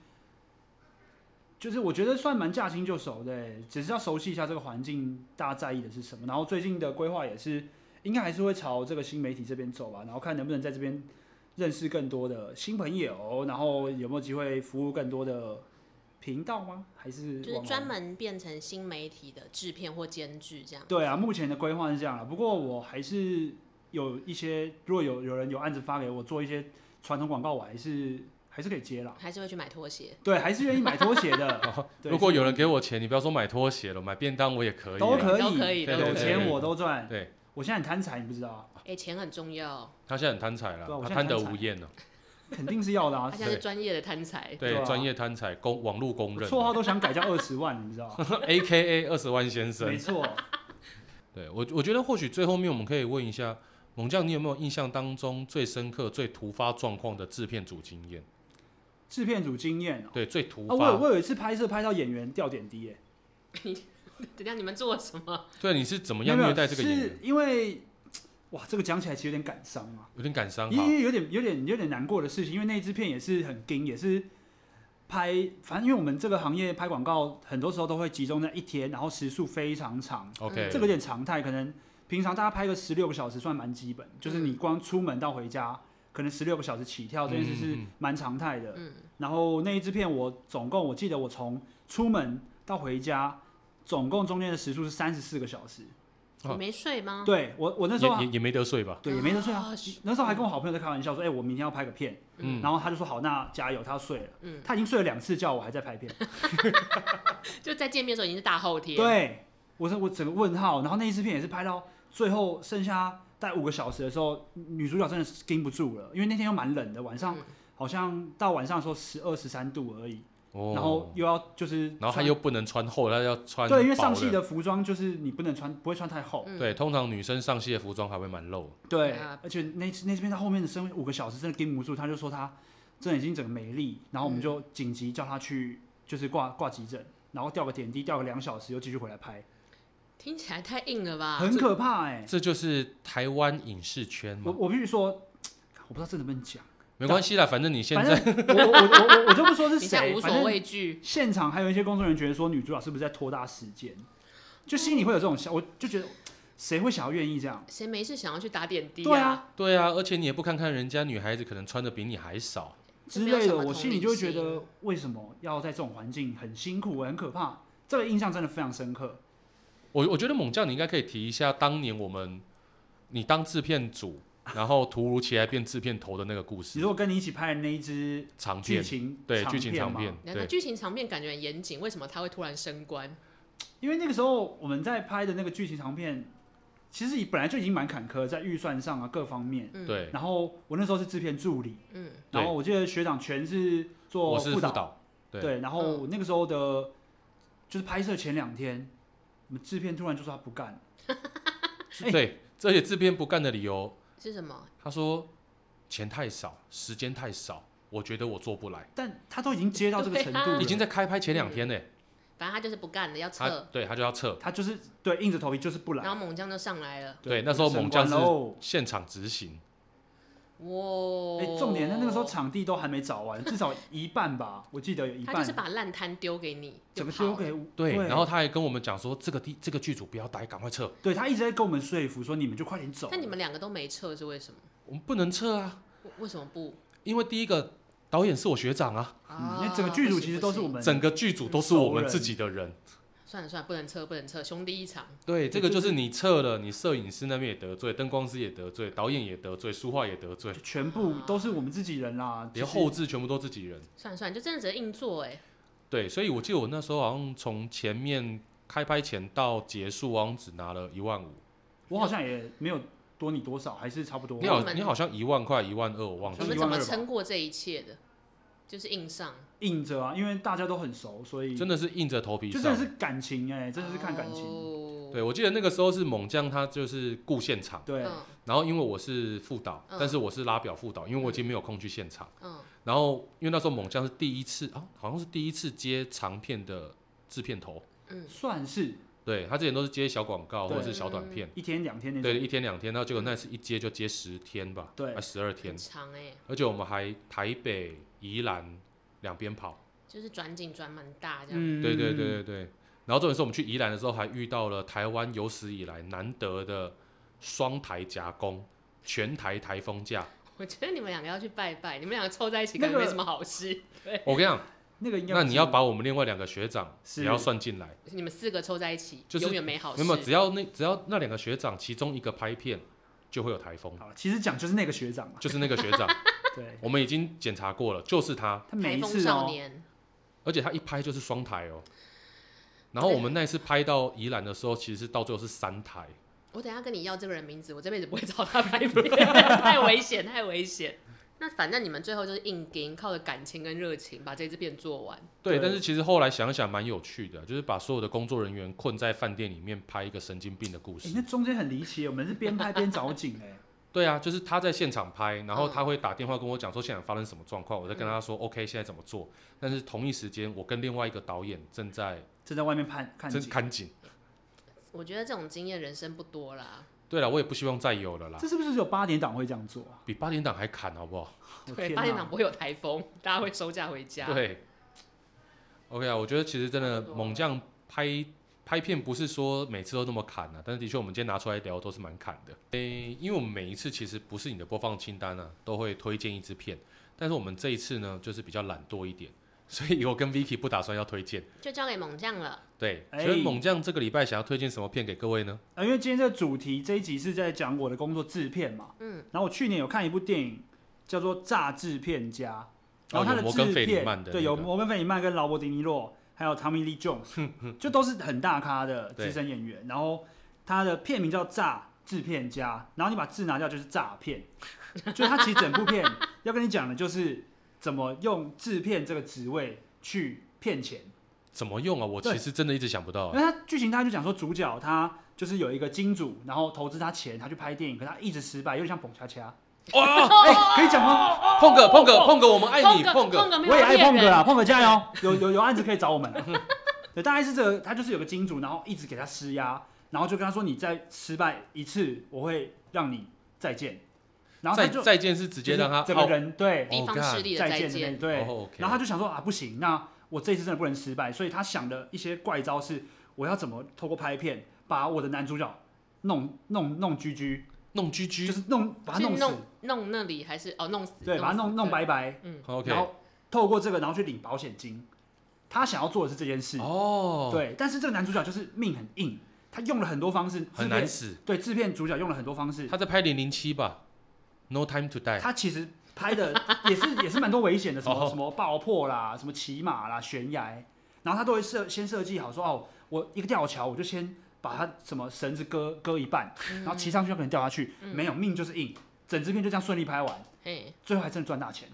Speaker 3: 就是我觉得算蛮驾轻就熟的，哎只是要熟悉一下这个环境，大家在意的是什么。然后最近的规划也是，应该还是会朝这个新媒体这边走吧，然后看能不能在这边认识更多的新朋友，然后有没有机会服务更多的频道吗？还是
Speaker 2: 就是
Speaker 3: 网红
Speaker 2: 专门变成新媒体的制片或监制这样。
Speaker 3: 对啊，目前的规划是这样了。不过我还是有一些，如果有有人有案子发给我做一些传统广告，我还是还是可以接啦。
Speaker 2: 还是会去买拖鞋。
Speaker 3: 对，还是愿意买拖鞋的 对
Speaker 1: 哦如果有人给我钱，你不要说买拖鞋了，买便当我也可以啊。
Speaker 3: 都可
Speaker 2: 都可以
Speaker 3: 对
Speaker 1: 都可以
Speaker 3: 有钱我都赚。
Speaker 1: 对，
Speaker 3: 我现在很贪财，你不知道啊，
Speaker 2: 哎、钱很重要，
Speaker 1: 他现在很贪财了
Speaker 3: 对啊，我
Speaker 1: 他
Speaker 3: 现在
Speaker 1: 贪得
Speaker 3: 贪财
Speaker 1: 无厌了。
Speaker 3: 肯定 是要的
Speaker 2: 他
Speaker 3: 啊。
Speaker 2: 现在是专业的贪财。
Speaker 1: 对，
Speaker 3: 对啊
Speaker 1: 专业贪财，公网络公
Speaker 3: 我
Speaker 1: 认啊
Speaker 3: 绰号都想改叫二十万，你知 道啊？
Speaker 1: ，A K A 二十万先
Speaker 3: 没
Speaker 1: 生。
Speaker 3: 错，
Speaker 1: 对我，我觉得或许最后面我们可以问一下猛将，你有没有印象当中最深刻、最突发状况的制片组经验？
Speaker 3: 制片组经验哦。
Speaker 1: 对，最突
Speaker 3: 啊，我有
Speaker 1: 发。
Speaker 3: 我有一次拍摄拍到演员掉点滴耶，
Speaker 2: 等一下你们做了什么？
Speaker 1: 对，你是怎
Speaker 3: 怎
Speaker 1: 么样虐待这个演
Speaker 3: 是
Speaker 1: 员？
Speaker 3: 因为哇，这个讲起来其实有点感伤啊。
Speaker 1: 有点感伤
Speaker 3: 因
Speaker 1: 哈。
Speaker 3: 为有点有点有点难过的事情，因为那一支片也是很盯，也是拍，反正因为我们这个行业拍广告，很多时候都会集中在一天，然后时速非常长，
Speaker 1: OK，
Speaker 3: 这个有点常态，可能平常大家拍个十六个小时算蛮基本，就是你光出门到回家，可能十六个小时起跳这件事
Speaker 1: 嗯
Speaker 3: 是
Speaker 1: 嗯嗯
Speaker 3: 蛮常态的。
Speaker 2: 嗯，
Speaker 3: 然后那一支片我总共我记得我从出门到回家，总共中间的时速是三十四个小时。
Speaker 1: 哦
Speaker 2: 我没睡吗？
Speaker 3: 对我我那时候
Speaker 1: 也
Speaker 3: 啊
Speaker 1: 也也没得睡吧？
Speaker 3: 对也没得睡啊
Speaker 2: 啊，
Speaker 3: 那时候还跟我好朋友在开玩笑说，哎、我明天要拍个片。
Speaker 1: 嗯，
Speaker 3: 然后他就说好，那加油。他睡了，
Speaker 2: 嗯，
Speaker 3: 他已经睡了两次觉，我还在拍片。
Speaker 2: 就在见面的时候已经是大后天。，
Speaker 3: 对，我是我整个问号。然后那一支片也是拍到最后剩下大概五个小时的时候，女主角真的是盯不住了，因为那天又蛮冷的，晚上
Speaker 2: 嗯
Speaker 3: 好像到晚上的时候十二十三度而已，
Speaker 1: 哦
Speaker 3: 然后又要就是穿，
Speaker 1: 然后
Speaker 2: 哦
Speaker 1: 他又不能穿厚的，他要穿
Speaker 3: 对，因为上
Speaker 1: 薄
Speaker 3: 戏
Speaker 1: 的
Speaker 3: 的服装就是你不能穿，不会穿太厚。
Speaker 2: 嗯
Speaker 1: 对，通常女生上戏的服装还会蛮露。
Speaker 3: 对，
Speaker 2: 啊
Speaker 3: 而且那次那边他后面的生五个小时真的盯不住，他就说他真的已经整个没力，然
Speaker 2: 嗯
Speaker 3: 后我们就紧急叫他去就是挂挂急诊，然后吊个点滴，吊个两小时又继续回来拍，
Speaker 2: 听起来太硬了吧？
Speaker 3: 很可怕哎、
Speaker 1: 这就是台湾影视圈
Speaker 3: 我
Speaker 1: 嘛，
Speaker 3: 我必须说，我不知道这能不能讲，
Speaker 1: 没关系啦，反正你现
Speaker 3: 反
Speaker 1: 在
Speaker 3: 正我我我我我就不说是
Speaker 2: 你现在
Speaker 3: 谁，
Speaker 2: 无
Speaker 3: 反
Speaker 2: 所
Speaker 3: 正
Speaker 2: 畏惧，
Speaker 3: 现场还有一些工作人员觉得说女主角是不是在拖大时间，就心里会有这种想，我就觉得谁会想要愿意这样？
Speaker 2: 谁没事想要去打点滴、
Speaker 3: 对啊，
Speaker 1: 对啊，而且你也不看看人家女孩子可能穿的比你还少，
Speaker 3: 之类的，
Speaker 2: 没有什么
Speaker 3: 我心里就会
Speaker 2: 同
Speaker 3: 觉
Speaker 2: 理
Speaker 3: 得
Speaker 2: 心
Speaker 3: 为什么要在这种环境很辛苦、很可怕，这个印象真的非常深刻。
Speaker 1: 我我觉得猛将你应该可以提一下当年我们你当制片组，然后突如其来变制片头的那个故
Speaker 3: 你
Speaker 1: 事
Speaker 3: 说我跟你一起拍的那一支
Speaker 1: 长
Speaker 3: 剧
Speaker 1: 片，
Speaker 3: 情
Speaker 1: 对剧情长
Speaker 3: 嘛
Speaker 1: 片，
Speaker 2: 那那
Speaker 1: 对
Speaker 2: 剧情场面感觉很严谨，为什么他会突然升官？
Speaker 3: 因为那个时候我们在拍的那个剧情长片，其实本来就已经蛮坎坷，在预算上啊各方面。
Speaker 2: 嗯，，
Speaker 1: 对，
Speaker 3: 然后我那时候是制片助理，
Speaker 2: 嗯，
Speaker 1: 对
Speaker 3: 然后我记得学长全是做
Speaker 1: 我是
Speaker 3: 副
Speaker 1: 副
Speaker 3: 导，
Speaker 1: 导，对
Speaker 3: 对，然
Speaker 2: 嗯
Speaker 3: 后那个时 候的，就是拍摄前两天，我们制片突然就说他不干了，哎
Speaker 1: 对，这些制片不干的理由，
Speaker 2: 是什么？
Speaker 1: 他说钱太少，时间太少，我觉得我做不来。
Speaker 3: 但他都已经接到这个程度
Speaker 2: 对
Speaker 3: 了，
Speaker 2: 啊
Speaker 1: 已经在开拍前两天呢，
Speaker 2: 嗯反正他就是不干了，要
Speaker 1: 他
Speaker 2: 撤。
Speaker 1: 对他就要撤，
Speaker 3: 他就是对硬着头皮就是不
Speaker 2: 然
Speaker 3: 来
Speaker 2: 后。猛将就上来了，
Speaker 1: 对那时候
Speaker 3: 就是
Speaker 1: 猛将是
Speaker 3: 关喽
Speaker 1: 现场执行。
Speaker 2: 哇！哦
Speaker 3: 哎、重点他那个时候场地都还没找完，至少一半吧，我记得有一
Speaker 2: 他就
Speaker 3: 半
Speaker 2: 是，把烂摊丢给你，
Speaker 3: 整个
Speaker 2: 就跑
Speaker 3: 丢给
Speaker 1: 对，然后他还跟我们讲说，这个地这个剧组不要待，赶快撤，
Speaker 3: 对他一直在跟我们说服，说你们就快点走。
Speaker 2: 那你们两个都没撤是为什么？
Speaker 1: 我们不能撤啊，
Speaker 2: 为为什么不？
Speaker 1: 因为第一个导演是我学长啊，
Speaker 3: 嗯
Speaker 2: 啊，
Speaker 3: 因为整个剧组
Speaker 2: 不行
Speaker 3: 其实都是
Speaker 2: 啊不
Speaker 3: 我
Speaker 2: 行
Speaker 3: 们
Speaker 1: 整个剧组都是我们自己的人。
Speaker 2: 算了算了，不能撤，不能撤，兄弟一场。
Speaker 1: 对，这个就是你撤了，你摄影师那边也得罪，灯光师也得罪，导演也得罪，书画也得罪，
Speaker 3: 就全部都是我们自己人啦，
Speaker 1: 连
Speaker 3: 其实
Speaker 1: 后置全部都自己人。
Speaker 2: 算了算了，就真的只能硬做哎、
Speaker 1: 对，所以我记得我那时候好像从前面开拍前到结束，我好像只拿了一万五。
Speaker 3: 我好像也没有多你多少，还是差不多
Speaker 1: 你。
Speaker 2: 那我
Speaker 1: 好，
Speaker 2: 们
Speaker 1: 你好像一万块、一万二，我忘
Speaker 3: 就
Speaker 2: 你
Speaker 1: 记
Speaker 3: 哦是
Speaker 2: 们
Speaker 1: 了。
Speaker 2: 怎么
Speaker 3: 12,200吧
Speaker 2: 撑过这一切的？就是硬上，
Speaker 3: 硬着啊，因为大家都很熟，所以
Speaker 1: 真的是硬着头皮
Speaker 3: 就真的
Speaker 1: 上。
Speaker 3: 是感情哎、真的是看感情。
Speaker 2: 哦、
Speaker 1: 对，我记得那个时候是猛将，他就是顾现场，
Speaker 3: 对，
Speaker 2: 嗯
Speaker 1: 然后因为我是副导，
Speaker 2: 嗯
Speaker 1: 但是我是拉表副导，因为我已经没有空去现场。
Speaker 2: 嗯，
Speaker 1: 然后因为那时候猛将是第一次啊，好像是第一次接长片的制片头，
Speaker 3: 算是
Speaker 1: 对他之前都是接小广告或
Speaker 3: 对
Speaker 1: 者是小短片，
Speaker 3: 一天两天那
Speaker 1: 对，
Speaker 3: 种。
Speaker 1: 一天两天，然后结果那次一接就接十天吧，
Speaker 3: 嗯对
Speaker 1: 还十二天
Speaker 2: 很，长哎、
Speaker 1: 而且我们还台北、宜兰两边跑，
Speaker 2: 就是转景转蛮大这样。
Speaker 3: 嗯，
Speaker 1: 对对对对对。然后重点是我们去宜兰的时候，还遇到了台湾有史以来难得的双台夹攻，全台台风假。
Speaker 2: 我觉得你们两个要去拜拜，你们两个凑在一起
Speaker 3: 那
Speaker 2: 感
Speaker 3: 个
Speaker 2: 觉没什么好事。
Speaker 3: 哎
Speaker 1: 我跟你讲，
Speaker 3: 那个应该
Speaker 1: 那
Speaker 3: 不
Speaker 1: 你
Speaker 3: 是
Speaker 1: 要把我们另外两个学长
Speaker 3: 是
Speaker 1: 也要算进来，
Speaker 2: 你们四个凑在一起，
Speaker 1: 就是
Speaker 2: 永远没好事。
Speaker 1: 没有？只要那只要那两个学长其中一个拍片，就会有台 风，
Speaker 3: 好了，其实讲就是那个 学长嘛，
Speaker 1: 就是那个学长，
Speaker 3: 对
Speaker 1: 我们已经检查过了，就是他，
Speaker 3: 他每
Speaker 2: 台
Speaker 3: 一
Speaker 2: 风
Speaker 3: 次
Speaker 2: 少
Speaker 3: 哦，
Speaker 2: 年，
Speaker 1: 而且他一拍就是双台哦。然后我们那一次拍到宜兰的时候，其实是到最后是三台，
Speaker 2: 我等一下跟你要这个人名字，我这辈子不会找他拍片， 太危险，太危险。那反正你们最后就是硬盯，靠着感情跟热情把这支片做完。
Speaker 1: 对，
Speaker 3: 对
Speaker 1: 但是其实后来想一想蛮有趣的，就是把所有的工作人员困在饭店里面拍一个神经病的故
Speaker 3: 哎
Speaker 1: 事。
Speaker 3: 那中间很离奇，我们是边拍边找景哎，
Speaker 1: 对啊，就是他在现场拍，然后
Speaker 2: 嗯
Speaker 1: 他会打电话跟我讲说现场发生什么状况，我再跟他说 OK 现在怎么做。但是同一时间，我跟另外一个导演正在
Speaker 3: 正在外面看看
Speaker 1: 正
Speaker 3: 景，
Speaker 1: 看景。
Speaker 2: 我觉得这种经验人生不多啦。
Speaker 1: 对了，我也不希望再有了啦，
Speaker 3: 这是不是只有八点档会这样做啊？
Speaker 1: 比八点档还砍好不好？
Speaker 3: 我
Speaker 2: 对，
Speaker 3: 天
Speaker 2: 八点
Speaker 3: 哪
Speaker 2: 档不会有台风，大家会收假回家。
Speaker 1: 对，OK 啊，我觉得其实真的
Speaker 2: 差不多
Speaker 1: 猛将拍拍片不是说每次都那么砍啊，但是的确我们今天拿出来聊都是蛮砍的。诶、因为我们每一次其实不是你的播放清单啊，都会推荐一支片，但是我们这一次呢就是比较懒惰一点， 所以我跟 Vicky 不打算要推荐。
Speaker 2: 就交给猛将了。
Speaker 1: 对，
Speaker 3: 哎
Speaker 1: 所以猛将这个礼拜想要推荐什么片给各位呢？
Speaker 3: 啊，因为今天这个主题这一集是在讲我的工作制片嘛，
Speaker 2: 嗯，
Speaker 3: 然后我去年有看一部电影叫做《诈制片家》，然后它
Speaker 1: 哦有摩
Speaker 3: 制
Speaker 1: 根·费里
Speaker 3: 片、
Speaker 1: 曼的、那
Speaker 3: 对有
Speaker 1: 个
Speaker 3: 摩根·费里曼跟劳勃·迪尼洛，还有汤米·利·琼斯， 就都是很大咖的资深演员。然后它的片名叫《诈制片家》，然后你把“制”拿掉就是诈骗，就它其实整部片 要跟你讲的就是怎么用制片这个职位去骗钱。
Speaker 1: 怎么用啊？我
Speaker 3: 对
Speaker 1: 其实真的一直想不到、啊。
Speaker 3: 因为他剧情大概就讲说，主角他就是有一个金主，然后投资他钱，他去拍电影，可他一直失败，有点像捧恰恰。
Speaker 1: 哇、
Speaker 3: 哎、可以讲吗？
Speaker 1: 碰哥，
Speaker 3: 哦
Speaker 1: 碰哥，碰哥，我们爱哦哎你，
Speaker 2: 个
Speaker 1: 碰
Speaker 2: 碰
Speaker 1: 哥。
Speaker 2: 个没有
Speaker 3: 我也爱
Speaker 2: 骗
Speaker 3: 碰哥
Speaker 2: 人。
Speaker 3: 啊，碰哥加油！有有有案子可以找我们。 对，大概是这个，他就是有个金主，然后一直给他施压，然后就跟他说：“你再失败一次，我会让你再见。”然后他
Speaker 1: 再
Speaker 3: 就
Speaker 1: 再见是直接让他
Speaker 3: 整个
Speaker 1: 哦
Speaker 3: 人对
Speaker 2: 地方
Speaker 1: Oh God，
Speaker 2: 势力的
Speaker 3: 再
Speaker 2: 再
Speaker 3: 见的那
Speaker 2: 见，
Speaker 3: 对，
Speaker 1: 哦，OK
Speaker 3: 然后他就想说啊，不行，那我这一次真的不能失败，所以他想的一些怪招是，我要怎么透过拍片把我的男主角弄弄弄居居，
Speaker 1: 弄居居
Speaker 3: 就。是弄把他
Speaker 2: 是
Speaker 3: 弄死，
Speaker 2: 弄弄那里还是哦弄死？
Speaker 3: 对，把他弄
Speaker 2: 死
Speaker 3: 弄。白白，
Speaker 2: 嗯
Speaker 1: OK，
Speaker 3: 然后透过这个，然后去领保险金。他想要做的是这件事，
Speaker 1: 哦，
Speaker 3: 对，但是这个男主角就是命很硬，他用了很多方式，制
Speaker 1: 很
Speaker 3: 片
Speaker 1: 难死。
Speaker 3: 对制片主角用了很多方式，
Speaker 1: 他在拍零零七吧，No Time to Die。
Speaker 3: 他其实拍的 也是也是蛮多危险的，什么
Speaker 1: 哎哦
Speaker 3: 什么爆破啦，什么骑马啦、悬崖，然后他都会设先设计好说哦，我一个吊桥，我就先把它什么绳子割割一半，然后骑上去有可能掉下去，没有命就是硬，整支片就这样顺利拍完，
Speaker 2: 嘿，
Speaker 3: 最后还真的赚大钱。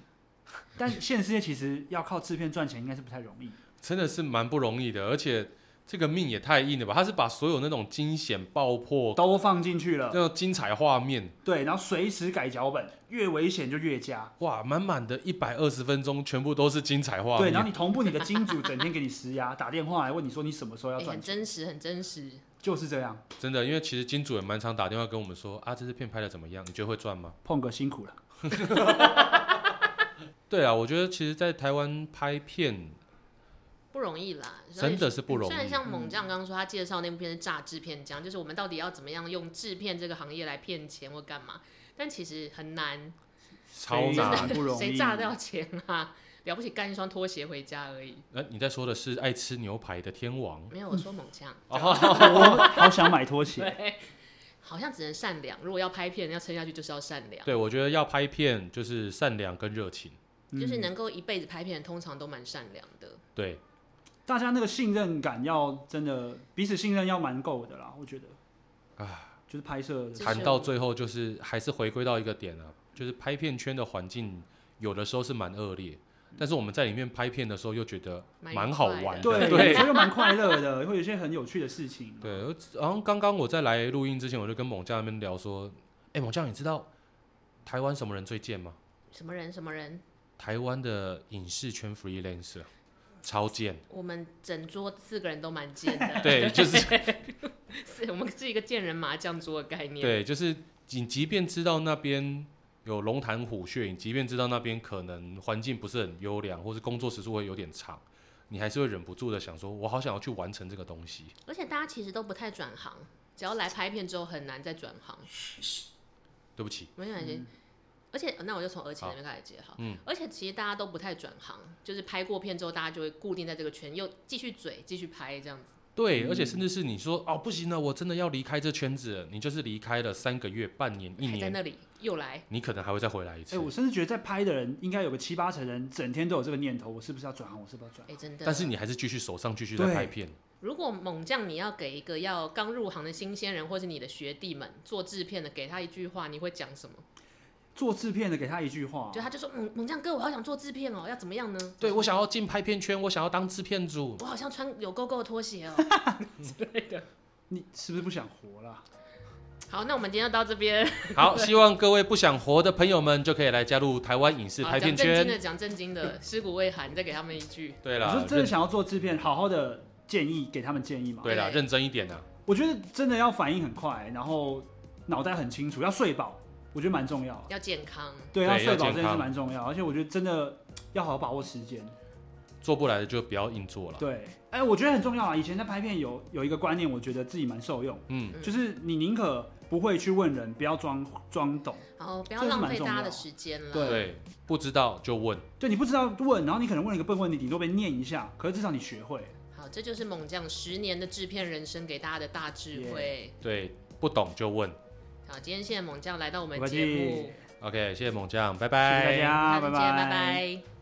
Speaker 3: 但现实世界其实要靠制片赚钱应该是不太容易，
Speaker 1: 真的是蛮不容易的，而且这个命也太硬了吧！他是把所有那种惊险爆破、
Speaker 3: 都放进去了
Speaker 1: 那。种精彩画面，
Speaker 3: 对，然后随时改脚本，越危险就越加。
Speaker 1: 哇，满满的一百二十分钟，全部都是精彩画
Speaker 3: 对，然
Speaker 1: 面。
Speaker 3: 后你同步你的金主整天给你施压，打电话来问你说你什么时候要
Speaker 2: 哎
Speaker 3: 赚
Speaker 2: 很
Speaker 3: 钱，
Speaker 2: 真实，很真实。
Speaker 3: 就是这样，
Speaker 1: 真的，因为其实金主也蛮常打电话跟我们说啊，这支片拍的怎么样？你觉得会赚吗？
Speaker 3: 碰个辛苦了。
Speaker 1: 对啊，我觉得其实，在台湾拍片
Speaker 2: 不容易啦，所以
Speaker 1: 真的是不容
Speaker 2: 嗯虽然
Speaker 1: 易。
Speaker 2: 像猛将刚刚说，他介绍那部片是诈制片奖，就是我们到底要怎么样用制片这个行业来骗钱或干嘛，但其实很难，
Speaker 1: 超难
Speaker 3: 非常不容易
Speaker 2: 谁 诈得到钱啊？了不起干一双拖鞋回家而已。
Speaker 1: 呃，你在说的是爱吃牛排的天 王
Speaker 2: 没有，我说猛将，
Speaker 1: 哦，
Speaker 3: 我好想买拖鞋，
Speaker 2: 对，好像只能善良。如果要拍片要撑下去，就是要善良，
Speaker 1: 对，我觉得要拍片就是善良跟热情。嗯
Speaker 2: 就是能够一辈子拍片，通常都蛮善良的。
Speaker 1: 对，
Speaker 3: 大家那个信任感要真的彼此信任要蛮够的啦，我觉得。啊，就是拍摄
Speaker 2: 这是
Speaker 1: 谈到最后就是还是回归到一个点啊，就是拍片圈的环境有的时候是蛮恶劣，但是我们在里面拍片的时候又觉得
Speaker 2: 蛮
Speaker 1: 蛮好
Speaker 2: 愉快
Speaker 1: 玩
Speaker 2: 的
Speaker 1: 的。
Speaker 3: 对，
Speaker 1: 对
Speaker 3: 有时候又蛮快乐的，会有一些很有趣的事情。
Speaker 1: 对，呃然后刚刚我在来录音之前，我就跟猛将那边聊说，哎，猛将，你知道台湾什么人最贱吗？
Speaker 2: 什么人？什么人？
Speaker 1: 台湾的影视圈 freelancer 超贱，。
Speaker 2: 我们整桌四个人都蛮贱的
Speaker 1: 对，就是
Speaker 2: 是我们是一个贱人麻将桌的概念。
Speaker 1: 对，就是你即便知道那边有龙潭虎穴，你即便知道那边可能环境不是很优良，或是工作时数会有点长，你还是会忍不住的想说，我好想要去完成这个东西。
Speaker 2: 而且大家其实都不太转行，只要来拍片之后很难再转行，
Speaker 1: 对不起，
Speaker 2: 没有关系。而且那我就从而且那边开始接好，
Speaker 1: 嗯
Speaker 2: 而且其实大家都不太转行，就是拍过片之后，大家就会固定在这个圈，又继续嘴，继续拍这样子。
Speaker 1: 对，
Speaker 3: 嗯
Speaker 1: 而且甚至是你说哦不行了，我真的要离开这圈子了，你就是离开了三个月、半年、一
Speaker 2: 还在
Speaker 1: 年，
Speaker 2: 那里又来，
Speaker 1: 你可能还会再回来一
Speaker 3: 哎、
Speaker 1: 次。
Speaker 3: 我甚至觉得在拍的人应该有个七八成人，整天都有这个念头：我是不是要转行？我是不是要转
Speaker 2: 哎、真的。
Speaker 1: 但是你还是继续手上继续在拍
Speaker 3: 对
Speaker 1: 片，
Speaker 2: 如果猛将你要给一个要刚入行的新鲜人，或是你的学弟们做制片的，给他一句话，你会讲什么？
Speaker 3: 行？做制片的给他一句话
Speaker 2: 就，他就说嗯猛猛将哥，我好想做制片哦，要怎么样呢？
Speaker 1: 对我想要进拍片圈，我想要当制片组，
Speaker 2: 我好像穿有勾勾的拖鞋哦。
Speaker 3: 你是不是不想活了？
Speaker 2: 好，那我们今天就到这边。
Speaker 1: 好，希望各位不想活的朋友们就可以来加入台湾影视
Speaker 2: 好
Speaker 1: 拍片
Speaker 2: 哦啊讲正
Speaker 1: 圈
Speaker 2: 经。的，讲正经的，尸骨未寒，你再给他们一句。
Speaker 1: 对
Speaker 3: 你
Speaker 1: 啦，
Speaker 3: 说真的想要做制片，好好的建议给他们建议嘛。
Speaker 1: 对啦，
Speaker 2: 对
Speaker 1: 认真一点啊。
Speaker 3: 我觉得真的要反应很快，然后脑袋很清楚，要睡饱，我觉得蛮重要。啊
Speaker 2: 要健康，
Speaker 3: 对，
Speaker 1: 对
Speaker 3: 要睡饱
Speaker 1: 要健
Speaker 3: 真的是
Speaker 1: 康
Speaker 3: 蛮重要，而且我觉得真的要好好把握时间。
Speaker 1: 做不来的就不要硬做了。
Speaker 3: 对，哎、我觉得很重要啊。以前在拍片有有一个观念，我觉得自己蛮受用，
Speaker 1: 嗯，
Speaker 2: 嗯
Speaker 3: 就是你宁可不会去问人，不要装装懂。
Speaker 2: 然后不要
Speaker 3: 这是
Speaker 2: 浪
Speaker 3: 蛮
Speaker 2: 费
Speaker 3: 重
Speaker 2: 大家
Speaker 3: 要
Speaker 2: 的
Speaker 3: 的
Speaker 2: 时间了。
Speaker 3: 对
Speaker 1: 对，不知道就问。
Speaker 3: 对你不知道问，然后你可能问了一个笨问题，顶多被念一下，可是至少你学会。
Speaker 2: 好，这就是猛将十年的制片人生给大家的大智慧。
Speaker 1: 对，不懂就问。
Speaker 2: 好，今天谢谢猛将来到我们
Speaker 3: 不客
Speaker 2: 节
Speaker 3: 气
Speaker 2: 目，
Speaker 1: OK，谢谢猛将，拜
Speaker 3: 谢
Speaker 1: 拜。
Speaker 2: 哎
Speaker 3: 谢大
Speaker 2: 下
Speaker 3: 家，
Speaker 2: 次见，拜拜